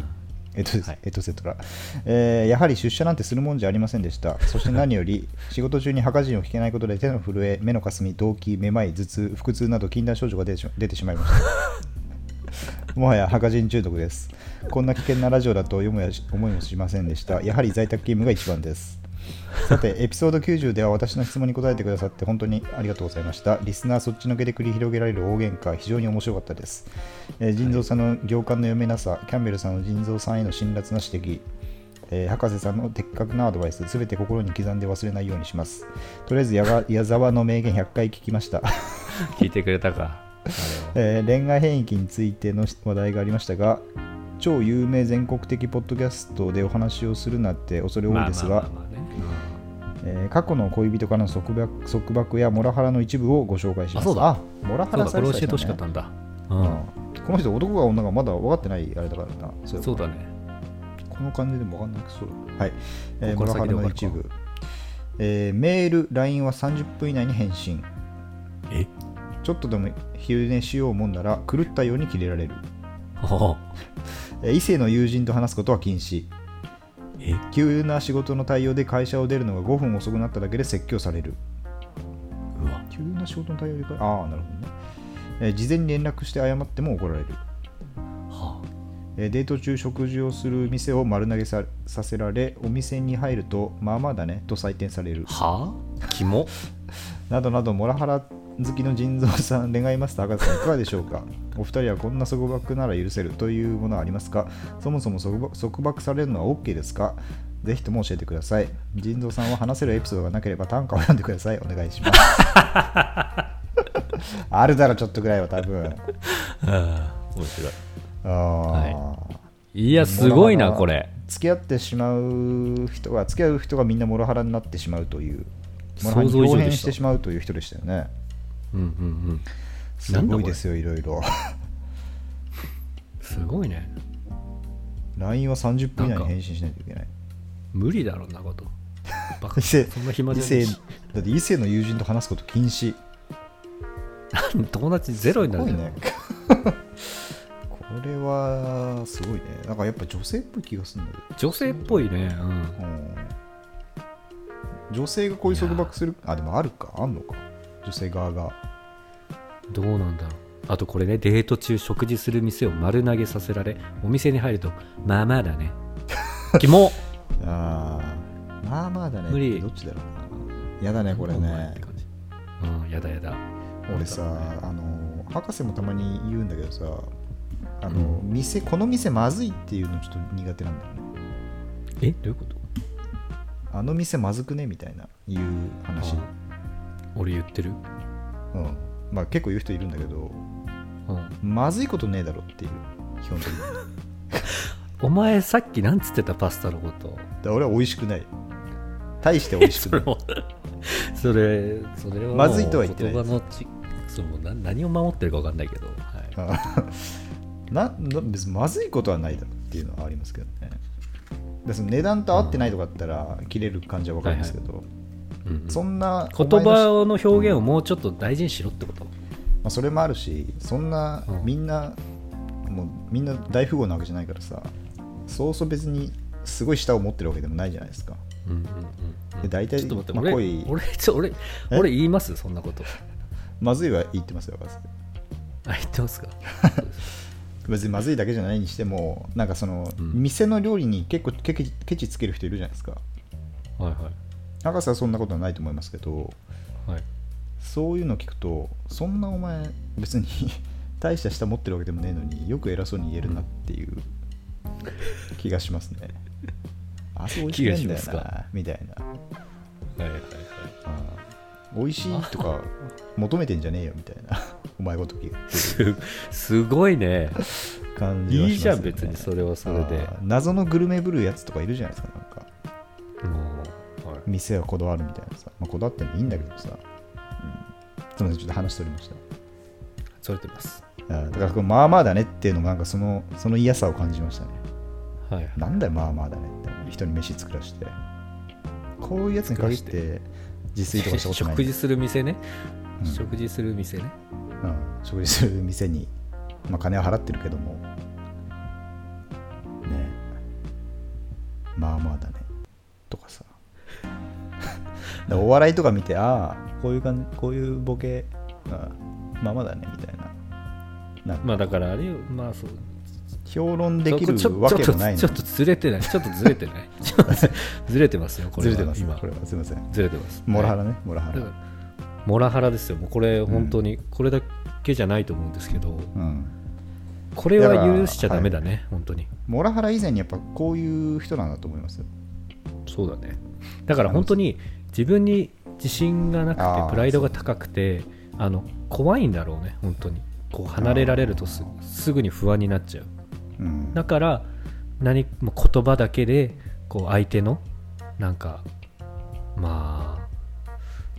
S3: えっとです
S2: はい
S3: えっとセトラ、えーやはり出社なんてするもんじゃありませんでしたそして何より 仕事中に墓人を聞けないことで手の震え目のかすみ動悸めまい頭痛腹痛など禁断症状が出てし出てしまい ました もはや墓人中毒です。こんな危険なラジオだと思いもやし思いもしませんでした。やはり在宅勤務が一番です。さて、エピソード90では私の質問に答えてくださって本当にありがとうございました。リスナーそっちのけで繰り広げられる大喧嘩、非常に面白かったです。えー、人造さんの行間の読めなさ、キャンベルさんの人造さんへの辛辣な指摘、えー博士さんの的確なアドバイス、すべて心に刻んで忘れないようにします。とりあえず矢が矢沢の名言100回聞きました。
S2: 聞いてくれたか。
S3: えー恋愛変域についての話題がありましたが超有名全国的ポッドキャストでお話をするなんて恐れ多いです
S2: まあ
S3: が
S2: まあまあまあね。
S3: えー過去の恋人からの束縛束縛やモラハラの一部をご紹介します
S2: あそうだ
S3: モラハ
S2: そう
S3: ラ
S2: だ、
S3: さ
S2: こ
S3: れ
S2: れ教
S3: て
S2: えて
S3: た人
S2: ほしか
S3: ね
S2: ったんだ。うん。
S3: この人男が女がまだ分かってないあれだからなそ
S2: そう
S3: う
S2: だね
S3: この感じでも分かんなくそうだはい、えー、
S2: ここ
S3: 村
S2: から
S3: 原
S2: 先で
S3: の
S2: 分かるか
S3: 一部、えーメール LINE は30分以内に返信
S2: え
S3: ちょっとでも昼寝しようもんなら狂ったようにキレられる、
S2: あ
S3: えー異性の友人と話すことは禁止
S2: え
S3: 急な仕事の対応で会社を出るのが5分遅くなっただけで説教される
S2: うわ
S3: 急な仕事の対応でかああなるほどね、えー事前に連絡して謝っても怒られる、
S2: は
S3: えーデート中食事をする店を丸投げささせられお店に入るとまあまあだねと採点される
S2: あはあキモ
S3: などなどモラハラ好きの腎臓さん恋愛マスター博士さんいかがでしょうか お二人はこんな束縛なら許せるというものはありますかそもそも束縛束縛されるのは OK ですかぜひとも教えてください腎臓さんは話せるエピソードがなければ短歌を読んでくださいお願いします あるだろちょっとぐらいは多分
S2: あ面白い
S3: あー、
S2: いやすごいなこれ
S3: 付き合ってしまう人が付き合う人がみんなモラハラになってしまうというモラハラに
S2: 想像以上
S3: 表
S2: でした
S3: 変してしまうという人でしたよね
S2: うんうんうん
S3: すごいですよいろいろ
S2: すごいね
S3: LINE は30分
S2: なん
S3: 以内に
S2: か
S3: 返信しないといけない
S2: 無理だろんなことバカ
S3: 異性
S2: そんな暇
S3: 異
S2: じゃ
S3: 性
S2: ないし
S3: だって異性の友人と話すこと禁止
S2: 友達ゼロに
S3: す
S2: なる
S3: ごい
S2: じゃん
S3: ね これはすごいねなんかやっぱ女性っぽい気がするんだけ
S2: 女性っぽいねうん
S3: ど、うん女性がこういう束縛するあでもあるかあんのか女性側が
S2: どうなんだろうあとこれねデート中食事する店を丸投げさせられお店に入るとまあまあだね キモ
S3: あーまあまあだね
S2: 無理
S3: どっちだろうなやだねこれ
S2: お前っ
S3: ね
S2: て感じうんやだやだ
S3: 俺さあの博士もたまに言うんだけどさあの、店この店まずいっていうのちょっと苦手なんだよね
S2: えどういうこと
S3: あの店まずくねみたいないう話
S2: あ俺言ってる
S3: うんまあ結構言う人いるんだけど
S2: うん
S3: まずいことねえだろっていう基本的にだか
S2: お前さっきなんつってたパスタの こと
S3: ら俺は美味しくない大して美味し
S2: そ
S3: く
S2: れ
S3: ない
S2: もそれそれはもう
S3: まずいとは言ってない
S2: 言葉のちそうもうな何を守ってるか分かんないけど、はい、
S3: あ なな別にまずいことはないだろうっていうのはありますけどねでその値段と合ってないとかだったら切れる感じは分かりますけど、
S2: うんうん
S3: そんな
S2: 言
S3: お前のし
S2: 葉の表現をもうちょっと大事にしろってこと
S3: まあ、それもあるしそんな
S2: うん
S3: みんな、もうみんな大富豪なわけじゃないからさそうそう別にすごい舌を持ってるわけでもないじゃないですか
S2: うんうんうんう
S3: で
S2: ん
S3: 大体
S2: ちょっと待って、
S3: まあ
S2: 俺
S3: 恋
S2: 俺ちょ俺俺言いますそんなこと
S3: まずいは言ってますよ博士
S2: あ言ってますか
S3: 別にまずいだけじゃないにしてもなんかその、
S2: うん
S3: 店の料理に結構ケチケチつける人いるじゃないですか
S2: はいは
S3: 博士はそんなことはないと思いますけど
S2: いはい
S3: そういうの聞くとそんなお前別に 大した舌持ってるわけでもねえのによく偉そうに言えるなっていう気がします ね。あそう美味しいんだ
S2: 気がします
S3: よな
S2: か
S3: みたいな。
S2: はいはい
S3: あー美味しいとか求めてんじゃねえよみたいなお前ごときっていう
S2: すすごいね
S3: 感じはしますよね、
S2: いいじゃん別にそれはそれで
S3: あー謎のグルメぶるやつとかいるじゃないですかなんか
S2: もうはい
S3: 店はこだわるみたいなさ、まあ、こだわってもいいんだけどさ、うん、すみませんちょっと話しておりました。
S2: それてます
S3: あーだからこうまあまあだねっていうのもなんかそのその嫌さを感じましたね
S2: はいはい
S3: なんだよまあまあだねって人に飯作らしてこういうやつに限って自炊とかしたことない
S2: 食事する店ね、
S3: うん
S2: 食事する店ね
S3: うん、食事する店に、まあ、金は払ってるけどもねまあまあだねとかさだからお笑いとか見てああこういう感じこういうボケ、うん、まあまあだねみたいななんか
S2: まあだからあれよまあそう
S3: 評論でき
S2: ちょ
S3: るわけ
S2: ちょ
S3: もないのに
S2: ちょっとちょっとずれてないちょっとずれてない ちょっとずれてますよこれは
S3: ずれてます
S2: 今
S3: これはすいません
S2: ずれてます
S3: モラハ
S2: は
S3: ラねモラハ
S2: いだ
S3: ラ
S2: からモラハラですよもうこれ本当にこれだけじゃないと思うんですけど、
S3: うん
S2: これは許しちゃダメだね、本当に
S3: モラハラ以前にやっぱこういう人なんだと思いますよ
S2: そうだねだから本当に自分に自信がな
S3: あ
S2: く
S3: ー
S2: てプライドが高くてあの怖いんだろうね本当にこう離れられるとすすぐに不安になっちゃう
S3: うん
S2: だから何もう言葉だけでこう相手のなんかまあ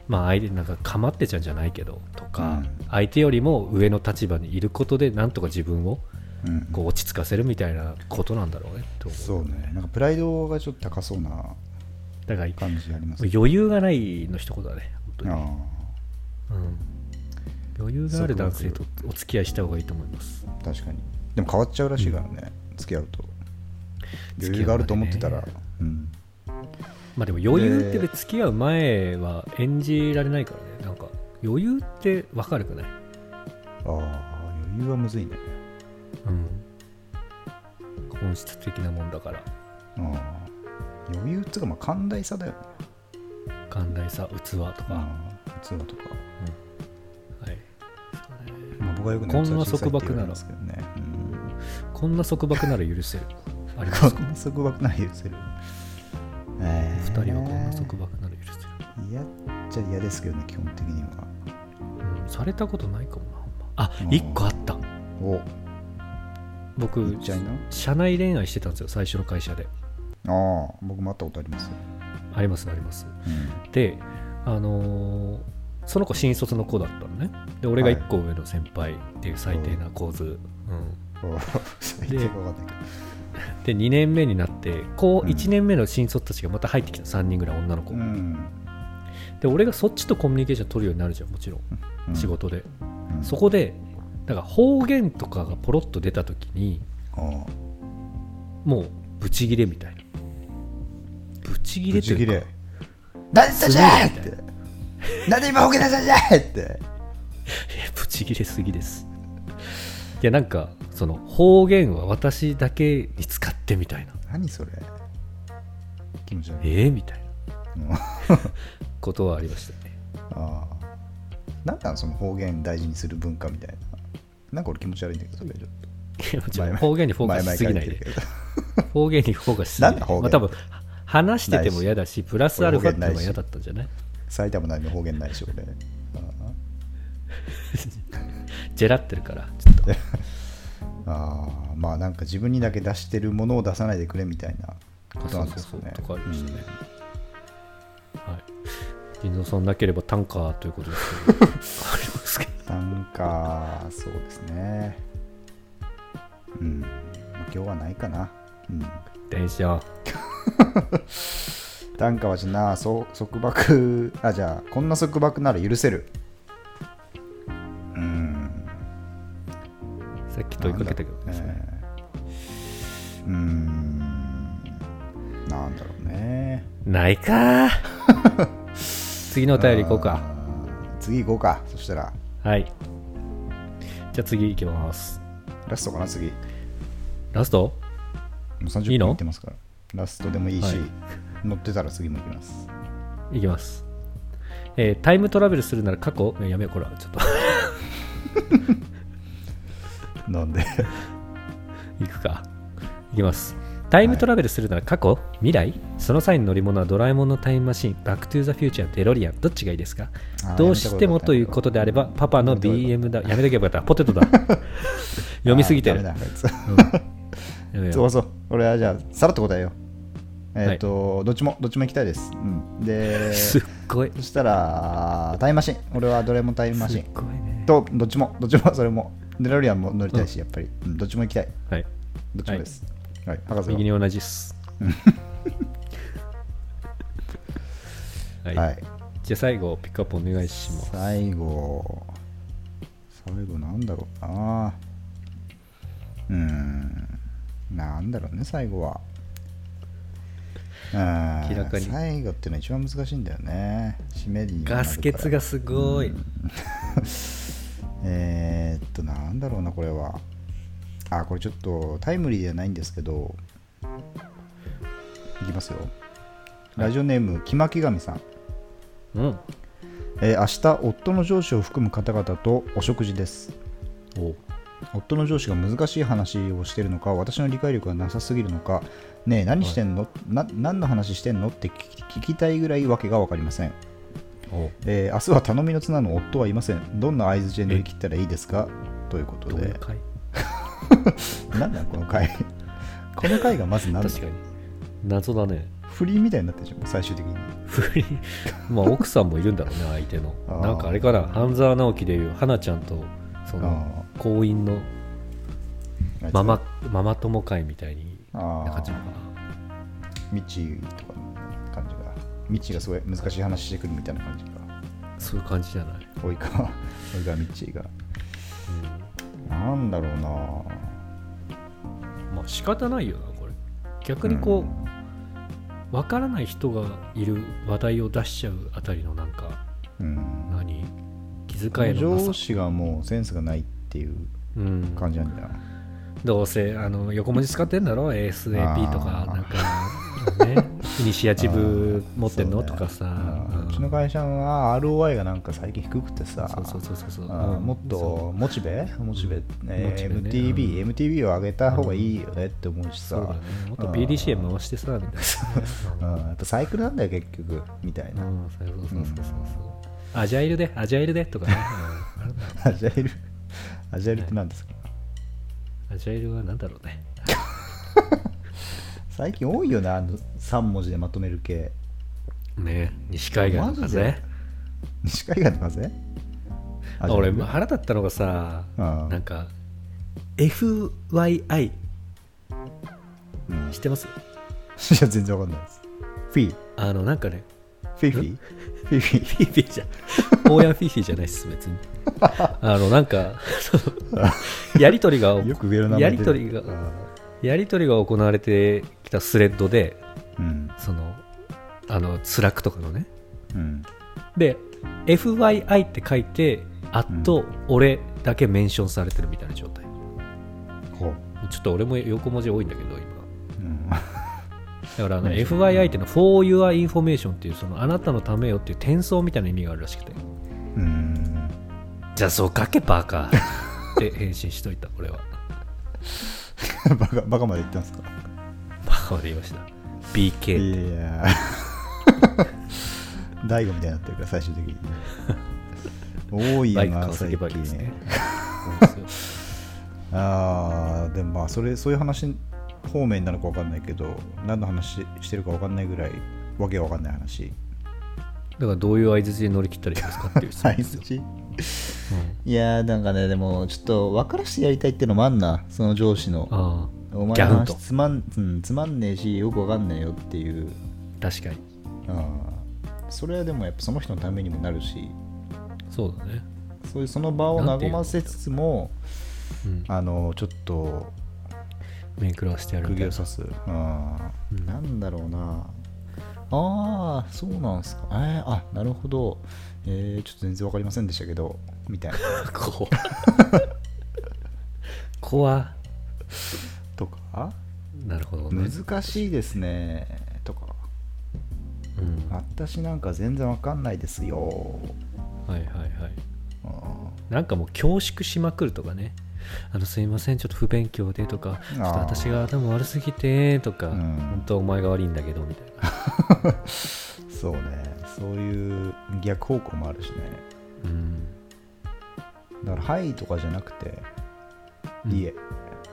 S2: まあ、相手なんかかまってちゃんじゃないけどとか、
S3: うん
S2: 相手よりも上の立場にいることでなんとか自分を
S3: うん
S2: こう落ち着かせるみたいなことなんだろうねと思
S3: そうねなんかプライドがちょっと高そうな
S2: だから
S3: 感じありますね
S2: 余裕がないの一言だね本当
S3: あ
S2: に、うん、余裕がある男性と
S3: 束
S2: お付き合いした方がいいと思います
S3: あ確かにでも変わっちゃうらしいからね、付き合うと余裕があると思ってたら、
S2: 付き合
S3: うん、
S2: まあでも余裕って別に付き合う前は演じられないからねなんか余裕って分かるくない、
S3: ああ余裕はむずいね
S2: うん、本質的なもんだから
S3: ああ余裕っていうかまあ寛大さだよね
S2: 寛大さ器とか、は
S3: ああ器とか、
S2: い、
S3: まあ、僕はよく
S2: こんな
S3: 器小さいって
S2: 束
S3: 言
S2: 縛
S3: わ
S2: な
S3: れ
S2: ら
S3: ますけどね、うん、
S2: こんな束縛なら許せるあります
S3: こんな束縛なら許せるえ
S2: 2人
S3: え
S2: はこんな束縛なら許せる、
S3: いやっちゃ嫌ですけどね基本的には
S2: うん、されたことないかもなほんまあ
S3: うん
S2: 1個あった
S3: お
S2: 僕
S3: 言っちゃいな
S2: 社内恋愛してたんですよ最初の会社で
S3: ああ僕も会ったことありますよ、
S2: ありますあります
S3: うん
S2: であのーその子新卒の子だったのねで俺が
S3: はい
S2: 1個上の先輩っていう最低な構図、うん、
S3: お 最低かわかんない
S2: で2年目になってこ
S3: う
S2: うん1年目の新卒たちがまた入ってきた3人ぐらい女の子、
S3: けど、うん
S2: で俺がそっちとコミュニケーション取るようになるじゃんもちろん
S3: うん
S2: 仕、事で、
S3: うん
S2: そこでだから方言とかがポロッと出た時に
S3: ああ
S2: もうブチギレみたいなブチギレ
S3: ブ
S2: と
S3: チ
S2: い
S3: ギ
S2: う
S3: レ
S2: か
S3: 何でしたじゃん
S2: す
S3: っ
S2: ごいみ
S3: てなんで今ボケ出したじゃんって
S2: えブチギレすぎですいやなんかその方言は私だけに使ってみたいな
S3: 何それ気持ち悪い
S2: ええみたいな
S3: うんあ
S2: ことはありましたね
S3: あなんなんその方言大事にする文化みたいななんか俺気持ち悪いんだけどそれちょっ
S2: いやもちろん
S3: 前々
S2: 方言にフ
S3: と
S2: ォーカスしすぎない
S3: 前々
S2: で
S3: から言ってる
S2: 方言にフォーカスしすぎない
S3: なんだ方言
S2: まあ、多分話してても嫌だしプラスアルファってのも嫌だったんじゃない
S3: けど埼玉なりの方言ないでしょ俺あ
S2: ジェラってるからちょっと
S3: あああまあなんか自分にだけ出してるものを出さないでくれみたいなことなんですかね
S2: あそうそうそうとかありましたねはい人造さんなければタンカーということですけどあ りますけど
S3: なんかそうですねうん、まあ今日はないかなうん
S2: 電車
S3: 短歌はじゃなそう束縛あじゃあこんな束縛なら許せるうん
S2: さっき問いかけたけど
S3: なんだ
S2: です
S3: ろう
S2: ね
S3: ねうんなんだろうね
S2: ないかー次のお便り行こうか
S3: あー次行こうかそしたら
S2: はいじゃあ次行きます
S3: ラストかな次も
S2: ラスト
S3: う
S2: い
S3: 30
S2: いの
S3: 分いってますからラストでもいいし、
S2: はい
S3: 乗ってたら次も行きます
S2: いきます、えータイムトラベルするなら過去いややめようこれはちょっと
S3: な んで
S2: いくかいきますタイムトラベルするなら過去、未来その際の乗り物はドラえもんのタイムマシンバックトゥーザフューチャーデロリアンどっちがいいですか
S3: あー
S2: どうしてもということであればパパの BM だやめとけばよかったポテト だ読みすぎてる
S3: あーダメだあいつ
S2: やめよう
S3: そうそう。俺はじゃあ、さらっと答えよう。えっ、と、どっちも、どっちも行きたいです。う ん、で、
S2: すっ
S3: そ
S2: ごい
S3: したら、タイムマシン。俺はドラえもんタイムマ
S2: す
S3: シ
S2: っ
S3: ン。
S2: ごいね
S3: と、どっちも、どっちも、それも。デロリアンも乗りたいし、やっぱり、うんどっちも行きたい。
S2: はい
S3: どっちもです。はい、博士は
S2: 右に同じっすはい、
S3: はい。
S2: じゃあ最後ピックアップお願いします
S3: 最後、最後なんだろうな。うーん、なんだろうね、最後は。うーん
S2: 明らかに
S3: 最後っていうのは一番難しいんだよね。締めにもなるから
S2: ガス欠がすごい、
S3: えーっと、なんだろうな、これは。あ、これちょっとタイムリーではないんですけど、いきますよ。ラジオネーム、木巻神さん。
S2: うん
S3: えー明日、夫の上司を含む方々とお食事です。
S2: お
S3: 夫の上司が難しい話をしてるのか私の理解力がなさすぎるのかねえ何してんの、な何の話してんのって聞き聞きたいぐらいわけが分かりません、
S2: お
S3: えー明日は頼みの綱の夫はいませんどんな合図で乗り切ったらいいですかということ
S2: どういう
S3: で
S2: 回
S3: 何なんこの 回この回がまず何だ
S2: 確かに謎だね
S3: フリーみたいになってるじゃん最終的に
S2: 不倫 まあ奥さんもいるんだろうね相手の
S3: あー
S2: なんかあれかな半沢直樹でいう花ちゃんとその
S3: あ
S2: 婚姻の
S3: あいつ
S2: ママママ友会みたいに
S3: あ
S2: な感じ
S3: あ
S2: なのかな
S3: 未知とかの感じか未知がすごい難しい話してくるみたいな感じか
S2: そういう感じじゃない、
S3: 及川及川未知が
S2: う、
S3: なんだろうなん
S2: まあ仕方ないよなこれ逆にこうわからない人がいる話題を出しちゃうあたりのなんか
S3: うん、うん
S2: 何気遣いのなさ
S3: 上、司がもうセンスがないっていう
S2: うん、
S3: 感じなんだよ
S2: どうせあの横文字使ってんだろ ASAP とか
S3: あー
S2: なんか、 ね、イニシアチブ持ってんの、
S3: そうだ
S2: と
S3: よ
S2: かさ、
S3: うん
S2: ん
S3: うちの会社は ROI がなんか最近低くてさ
S2: そうそうそうそうそう
S3: あー
S2: うん
S3: もっとモチベモチベ、
S2: モチ
S3: ね
S2: ベね
S3: MTB、MTB を上げた方がいいよねって思うし
S2: そうだね
S3: さ、
S2: もっと PDCA 回してさみたい
S3: うん、
S2: なね、
S3: やっぱサイクルなんだよ結局みたいうな、
S2: んうんそうそうそうそうそうアジャイルでアジャイルでとかね、うんあれ
S3: アジャイルアジャイルって何ですか、
S2: アジャイルはなんだろうね
S3: 最近多いよなあの3文字でまとめる系
S2: ね西海岸と
S3: マ
S2: か
S3: ジで
S2: ね
S3: 西海岸とかぜ
S2: 俺腹立ったのがさ
S3: うん
S2: なんか FYI 知ってます
S3: いや全然わかんないですフィー
S2: あのなんかね
S3: フィーフィーフィーフィ
S2: フ
S3: ー
S2: ィーフィーじゃオーヤンフィーフィーじゃないっす 別にあのなんかそのやり取りが
S3: よく上の名
S2: や
S3: 前出
S2: り取
S3: てる
S2: りがやり取りが行われてきたスレッドで
S3: うん
S2: そのあのスラックとかのね
S3: うん
S2: で FYI って書いてあっと俺だけメンションされてるみたいな状態、
S3: ほう、
S2: ちょっと俺も横文字多いんだけど今
S3: うん、
S2: だからあの FYI っていうのは For Your Information っていうそのあなたのためよっていう転送みたいな意味があるらしくて
S3: うん
S2: じゃあそう書けバカって返信しといた俺は
S3: バカバカまで言ってますか
S2: バカまで言いました BK
S3: いや ー大悟みたいになってるから最終的に多い
S2: バイ
S3: よ
S2: ク
S3: な
S2: 川崎
S3: 最
S2: バイクです
S3: 近
S2: ね
S3: ね
S2: そうですよ
S3: あーでもまあそれそういう話方面なのか分かんないけど何の話してるか分かんないぐらいわけ分かんない話
S2: だからどういう相づちで乗り切ったらいいですかっていう質問 ですよ、
S3: いやーなんかねでもちょっと分からしてやりたいってのもあんなその上司の
S2: あ
S3: お前
S2: ギャ
S3: の
S2: フンと
S3: 話つまん、うん、つまんねえしよく分かんねえよっていう
S2: あ確かに
S3: あーそれはでもやっぱその人のためにもなるし
S2: そうだね、
S3: そういうその場を和ませつつも
S2: うん、
S3: あのちょっと
S2: 目くらわしてやるみた
S3: 釘
S2: い
S3: を
S2: な
S3: 刺す、うん
S2: うん
S3: なんだろうなああそうなんすかえー、あなるほどえー、ちょっと全然わかりませんでしたけどみたいな
S2: 怖怖
S3: とか
S2: なるほどね、
S3: 難しいですねとか
S2: うん、は
S3: 私なんか全然わかんないですよ、
S2: いはいはい
S3: うん
S2: なんかもう恐縮しまくるとかねあのすいませんちょっと不勉強でとかちょっと私が頭悪すぎてとか、
S3: うん
S2: 本当はお前が悪いんだけどみたいな、
S3: そうねそういう逆方向もあるしね
S2: うん、
S3: だから「はい」とかじゃなくて「いえ」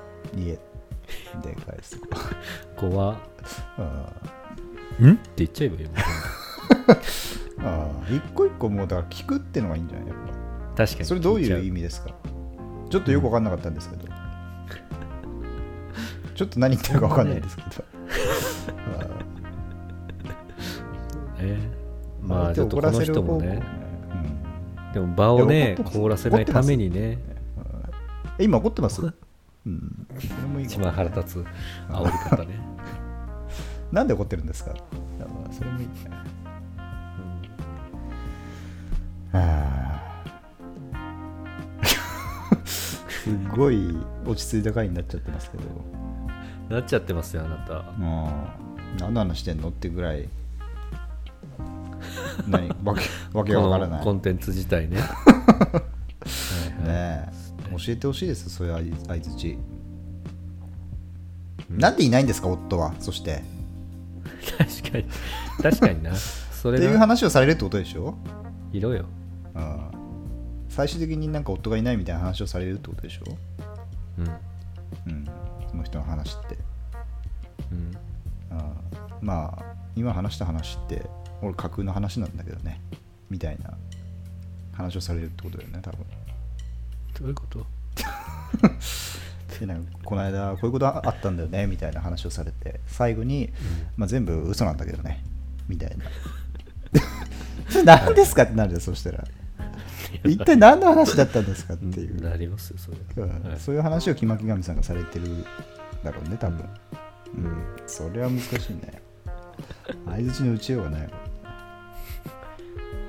S3: 「いえ」で返すとか、
S2: 怖
S3: うん
S2: んって言っちゃえばいいもん
S3: ああ一個一個もうだから聞くってのがいいんじゃないやっ
S2: 確か
S3: ぱ
S2: に
S3: それどういう意
S2: 味
S3: 味ですかちょっとよく分かんなかったんです けど、ちょっと何言ってるか分かんないですけど、
S2: まあちょっとこの人もね
S3: うん
S2: でも場をね
S3: いや怒ってます
S2: 凍らせないためにね
S3: え今怒ってます、うん、それもいいか
S2: 一番腹立つ煽り方ね、
S3: なんで怒ってるんですかだからそれもいいね ああすごい落ち着いた回になっちゃってますけど
S2: なっちゃってますよあなた
S3: うん何の話してんのってぐら い何わけわけがわから
S2: こ
S3: な
S2: の
S3: い
S2: コ
S3: ね
S2: ンテンツ自体 ねはいはい
S3: え教えてほしいですそういう相づち、なんでいないんですか夫はそして
S2: 確かに確かになそ
S3: っ
S2: れ
S3: ていう
S2: が
S3: 話をされるってことでしょ、
S2: いろよ
S3: うん、最終的になんか夫がいないみたいな話をされるってことでしょ、
S2: うん
S3: うん、その人の話って
S2: うん
S3: うんまあ今話した話って俺架空の話なんだけどねみたいな話をされるってことだよね多分
S2: どういうこと
S3: でなんかこの間こういうことあったんだよねみたいな話をされて最後に、まあ、全部嘘なんだけどねみたいなそれ何ですかってなる よそしたら一体何の話だったんですかっていう、
S2: なりますよ それ
S3: う
S2: は、
S3: ん
S2: はい
S3: そういう話を木巻神さんがされてるだろうね多分うん、それは難しいね相づちの打ちようがない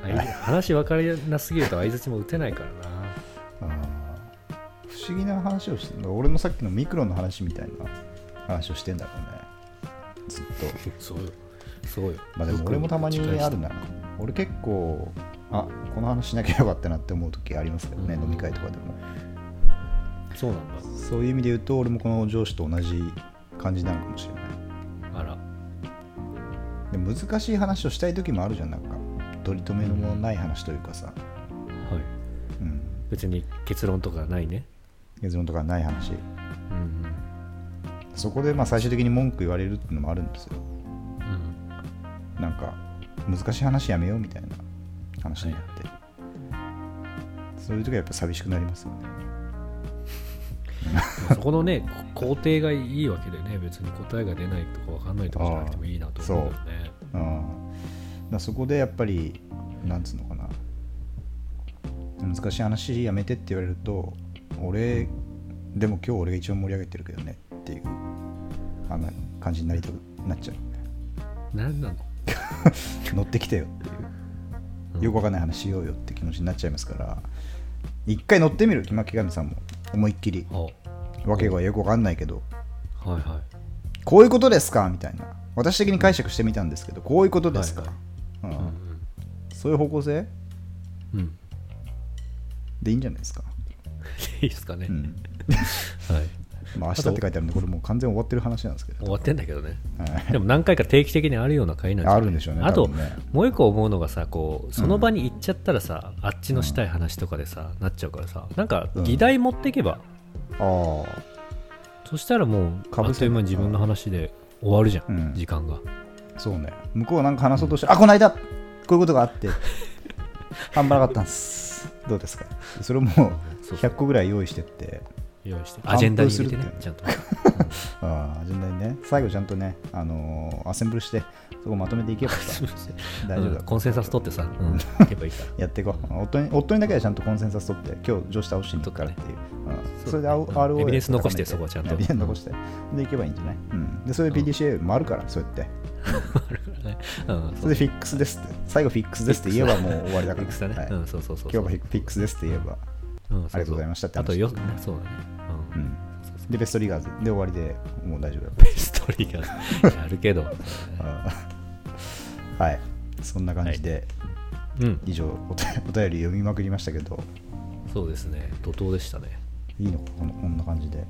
S2: 相槌話分からなすぎると相槌も打てないからな
S3: あー不思議な話をして俺のさっきのミクロンの話みたいな話をしてんだろうねずっと
S2: そうよそうよ
S3: まあでも俺もたまにあるな。俺結構、あこの話しなきゃよかったなって思う時ありますけどね、
S2: うん
S3: 飲み会とかでも。
S2: そうなんだ
S3: そういう意味で言うと、俺もこの上司と同じ感じなのかもしれない。
S2: あら
S3: でも難しい話をしたい時もあるじゃん、なんか、取り留めのものない話というかさ、
S2: はい
S3: うん、
S2: 別に結論とかないね
S3: 結論とかない話。
S2: うん
S3: そこでまあ最終的に文句言われるっていうのもあるんですよ。
S2: うんうん
S3: なんか、難しい話やめようみたいな話になって。そういう時はやっぱ寂しくなりますよね。
S2: まあそこ のねこ工程がいいわけでね別に答えが出ないとか分かんないとかじゃなくてもいいなと思うんだよね
S3: うん、だからそこでやっぱりなんつうのかな難しい話やめてって言われると俺でも今日俺が一番盛り上げてるけどねっていうあんな感じになりたくなっちゃう
S2: 何なの
S3: 乗ってきてよっていうよくわかんない話しようよって気持ちになっちゃいますから一回乗ってみる木巻神さんも思いっきりわけがよくわかんないけど
S2: あはいはい
S3: こういうことですかみたいな私的に解釈してみたんですけどこういうことですか、
S2: はい
S3: うん
S2: うん
S3: そういう方向性
S2: うん うん
S3: でいいんじゃないですか。
S2: いいですかね、
S3: うん。
S2: はい
S3: まあ、明日って書いてあるんで、これもう完全終わってる話なんですけど。
S2: 終わってんだけどね
S3: はい
S2: でも何回か定期的にあるような会なんじゃない
S3: あるんでしょうね
S2: あ
S3: 多
S2: と、
S3: 分ね
S2: もう一個思うのがさこうその場に行っちゃったらさ、あっちのしたい話とかでさ、なっちゃうからさなんか議題持っていけば、
S3: あ
S2: そしたらもう
S3: か
S2: あ
S3: ぶ
S2: っ
S3: せ
S2: とい
S3: る
S2: う間に自分の話で終わるじゃん、
S3: うん
S2: 時間が
S3: あ、そうね。向こうはなんか話そうとして、あ、この間、こういうことがあって、半端なかったんです。どうですかそれも
S2: そう
S3: 100個ぐらい用意してって、
S2: 用意して
S3: 完封
S2: アジェンダに入れて
S3: す
S2: ね
S3: るって
S2: ちゃんと
S3: ああ、順番にね、最後ちゃんとね、あのーアセンブルして、そこまとめていけ ばさ大丈夫
S2: うん
S3: だ。
S2: コンセンサス取ってさ、うん、いけばいいから
S3: やっていこう夫に夫にだけはちゃんとコンセンサス取って今日上司倒しに行くからっていう、うんそれであお
S2: うん
S3: ROA
S2: エビデンス残して
S3: を高め
S2: そこはちゃんと
S3: エビデンス残してで行けばいいんじゃない、うん、でそれで PDCA もあるからそうやって
S2: ね うん
S3: それでフィックスですって最後フィックスですって言えばもう終わりだ
S2: フ
S3: か
S2: ィックスだね、
S3: ら、はい
S2: うん
S3: 今
S2: そうそうそう
S3: 日はフィックスですって言えば、
S2: うん
S3: ありがとうございましたって
S2: あ
S3: 話
S2: とよそうだね、う
S3: うんん、でベストリガーズで終わりでもう大丈夫だ
S2: ベストリーがやるけど、
S3: うん はいそんな感じで、
S2: うん、
S3: 以上お便お便り読みまくりましたけど
S2: そうですね怒涛でしたね
S3: いいのかこのこんな感じで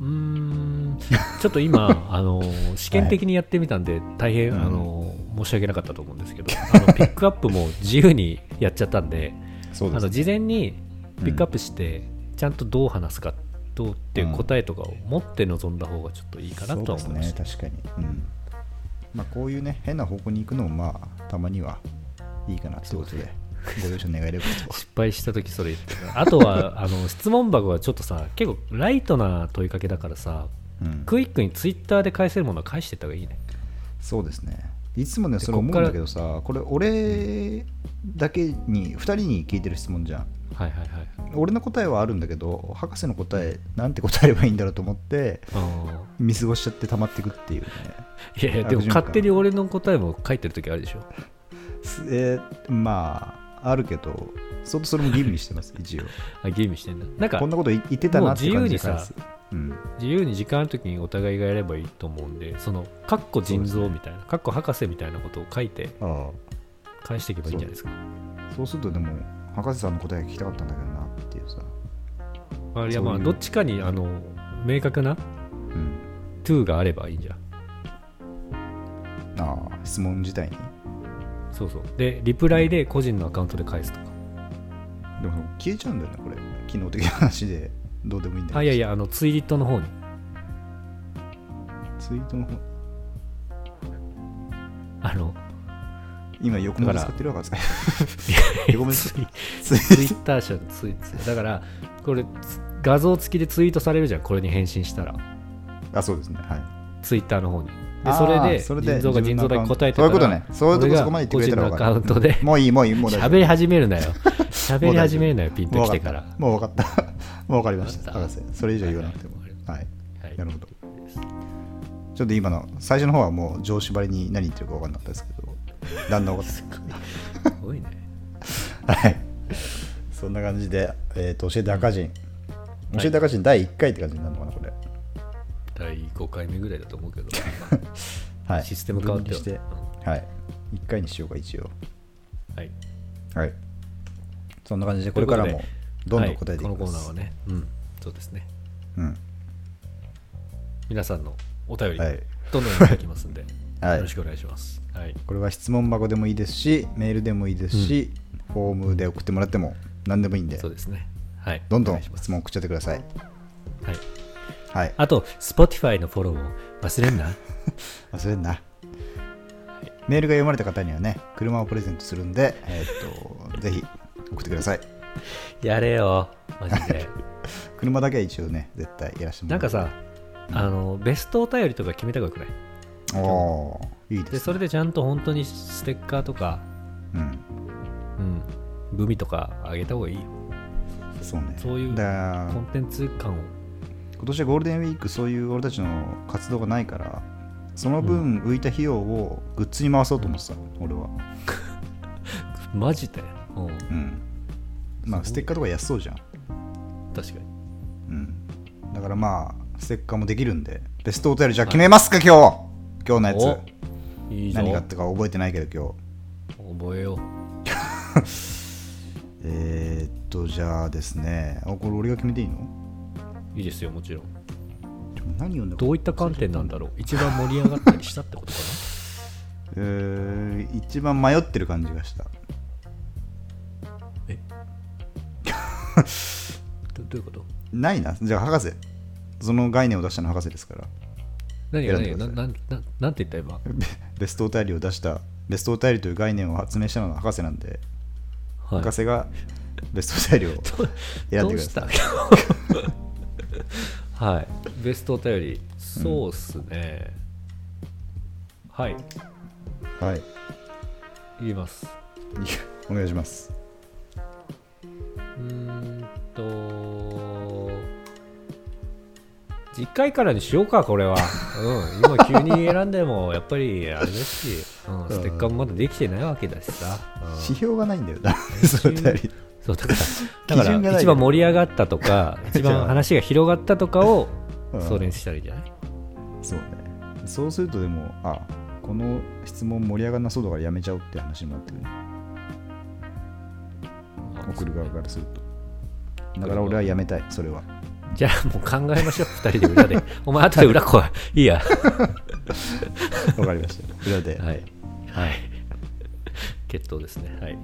S2: うーんちょっと 今あの試験的にやってみたんで大変、
S3: うん
S2: あの申し訳なかったと思うんですけどあのピックアップも自由にやっちゃったんで
S3: そう
S2: あ
S3: です
S2: の事前にピックアップして、ちゃんとどう話すかどうっていう答えとかを持って臨んだ方がちょっといいかなとは思いま
S3: そ
S2: し
S3: う
S2: た、
S3: ですね確かに、うんまあ、こういうね変な方向に行くのもまあたまにはいいかなってことでご容赦願えれば と
S2: 失敗した時それ言ってたあと はあの質問箱はちょっとさ結構ライトな問いかけだからさ
S3: うん、
S2: クイックにツイッターで返せるものは返してった方がいいね
S3: そうですねいつもね
S2: で
S3: それ思うんだけどさこれ俺だけに2人に聞いてる質問じゃん
S2: はいはいはい
S3: 俺の答えはあるんだけど博士の答えなんて答えればいいんだろうと思って
S2: あ
S3: 見過ごしちゃって溜まっていくっていうね
S2: ーいやいやでも
S3: 悪循環
S2: 勝手に俺の答えも書いてる時あるでしょ
S3: すえーまああるけど相当それも義務にしてます一応
S2: あゲームしてんだなんか
S3: こんなこと言ってたなって感じで
S2: もう
S3: 返
S2: 自
S3: すうん
S2: 自由に時間ある時にお互いがやればいいと思うんでその「かっこ人造」みたいな「かっこ博士」みたいなことを書いて
S3: ああ
S2: 返していけばいいんじゃないですか
S3: そうするとでも博士さんの答えが聞きたかったんだけどなっていうさ、
S2: あいやま
S3: そう
S2: あ
S3: いう
S2: どっちかにあの明確な
S3: うん、
S2: 「to」があればいいんじゃん
S3: ああ質問自体に
S2: そうそうでリプライで個人のアカウントで返すとか
S3: でも消えちゃうんだよねこれ機能的な話でどうでもいいんだけど
S2: あいやいやあのツイートの方に
S3: ツイートの方
S2: あの
S3: 今横文字使ってるわけです 横文字
S2: ツイツイッター社のツイツイだからこれつ画像付きでツイートされるじゃんこれに返信したら
S3: あそうですねはい
S2: ツイッターの方にで
S3: あー
S2: それで
S3: それで
S2: 腎臓が腎臓だけ答えて
S3: そういうことねそういうとこそこまで言ってくれた
S2: ら
S3: ら分
S2: 俺
S3: か
S2: が
S3: る
S2: 個人のアカウントで
S3: もういいもういいもう大丈 夫
S2: 喋り始めるな よ喋り始めるなよピンときてから
S3: もう分かった。 もう分かりました。
S2: わかっ
S3: 博
S2: た
S3: 士、それ以上言わなくても。はい。
S2: はい
S3: なるほど。ちょっと今の最初の方はもう上縛りに何言ってるか分かんなかったですけど、だんだん分かっ
S2: すごいね
S3: た。はい。そんな感じで、えー、と教えて赤人。教えて赤人第1回って感じになるのかな、これ。
S2: 第5回目ぐらいだと思うけど
S3: はい。
S2: システム変わって
S3: 分
S2: は
S3: 離して、はい。1回にしようか、一応。
S2: はい
S3: はい。そんな感じで、これから
S2: という
S3: も
S2: ことで
S3: どんどん答えていきます。
S2: はいこのコーナーはねうんそうですね
S3: うん。
S2: 皆さんのお便り、
S3: はい
S2: どんどんいただきますんで、
S3: はい
S2: よろしくお願いしますはい
S3: これは質問箱でもいいですしメールでもいいですし、フォームで送ってもらっても何でもいいんで
S2: そうですねはい
S3: どんど
S2: お
S3: ん
S2: 願いします
S3: 質問送っちゃってください
S2: はい
S3: はい
S2: あと Spotify のフォローも忘れんな
S3: 忘れんなメールが読まれた方にはね車をプレゼントするんで、えーっとぜひ送ってください
S2: やれよマジで
S3: 車だけは一応ね絶対やらせてもら
S2: な
S3: うん
S2: かさあのベストお便りとか決めた方がよくない
S3: おーいいですね
S2: でそれでちゃんと本当にステッカーとか、
S3: うん
S2: うん、グミとかあげた方がいいよ
S3: そうね
S2: そういう
S3: だか
S2: コ
S3: ら
S2: ンテンツ感を
S3: 今年はゴールデンウィークそういう俺たちの活動がないからその分浮いた費用をグッズに回そうと思ってた、俺は
S2: マジでうん
S3: うんまあステッカーとか安そうじゃん
S2: 確かに
S3: うん、だからまあステッカーもできるんでベストお便りじゃあ決めますか、今日今日のや
S2: おいい
S3: つ
S2: ぞ
S3: 何があったか覚えてないけど今日
S2: 覚えよう
S3: えー、っとじゃあですねあこれ俺が決めていいの
S2: いいですよもちろん
S3: ちょ何読んだか
S2: どういった観点なんだろう一番盛り上がったりしたってことか
S3: えー、一番迷ってる感じがした
S2: なえどどういうこと
S3: ないなじゃあ博士その概念を出したのは博士ですから
S2: 何が
S3: 選んで
S2: 何
S3: く
S2: が
S3: だ
S2: な
S3: さ
S2: な
S3: い
S2: ななんて言った今
S3: ベベストお便りを出したベストお便りという概念を発明したのは博士なんで、
S2: はい
S3: 博士がベストお便りを選んでください
S2: どうした はいベストお便りそうっすね、はい
S3: はい
S2: 言います
S3: お願いします
S2: うーんと実回からにしようかこれは、うん、今急に選んでもやっぱりあれですし、うん、ステッカーもまだできてないわけだしさ、うん
S3: 指標がないんだよなベストお便り
S2: そうだからだ
S3: 基
S2: か
S3: 準が
S2: ら
S3: ない
S2: 一番盛り上がったとか一番話が広がったとかを
S3: うん
S2: それにしたらいいんじゃない
S3: そうね。そうするとでも、あこの質問盛り上がんなそうだからやめちゃおうって話になってくる。送る側からすると。だから俺はやめたい、それは。
S2: じゃあもう考えましょう2人で 裏でお前後で裏来いいいや
S3: わかりました。裏で。
S2: はいはい決闘ですねはい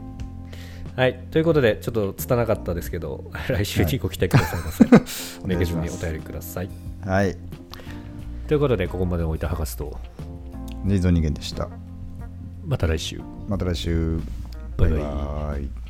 S2: はいということでちょっと拙なかったですけど来週にご期待くださいませ、
S3: お
S2: め
S3: 願
S2: げず
S3: いし
S2: に
S3: ま
S2: お
S3: す。
S2: 便りください
S3: はい。
S2: ということでここまで置いた博士と
S3: 人造人間でした。
S2: また来週
S3: また来週。
S2: バイバイ
S3: バイバイ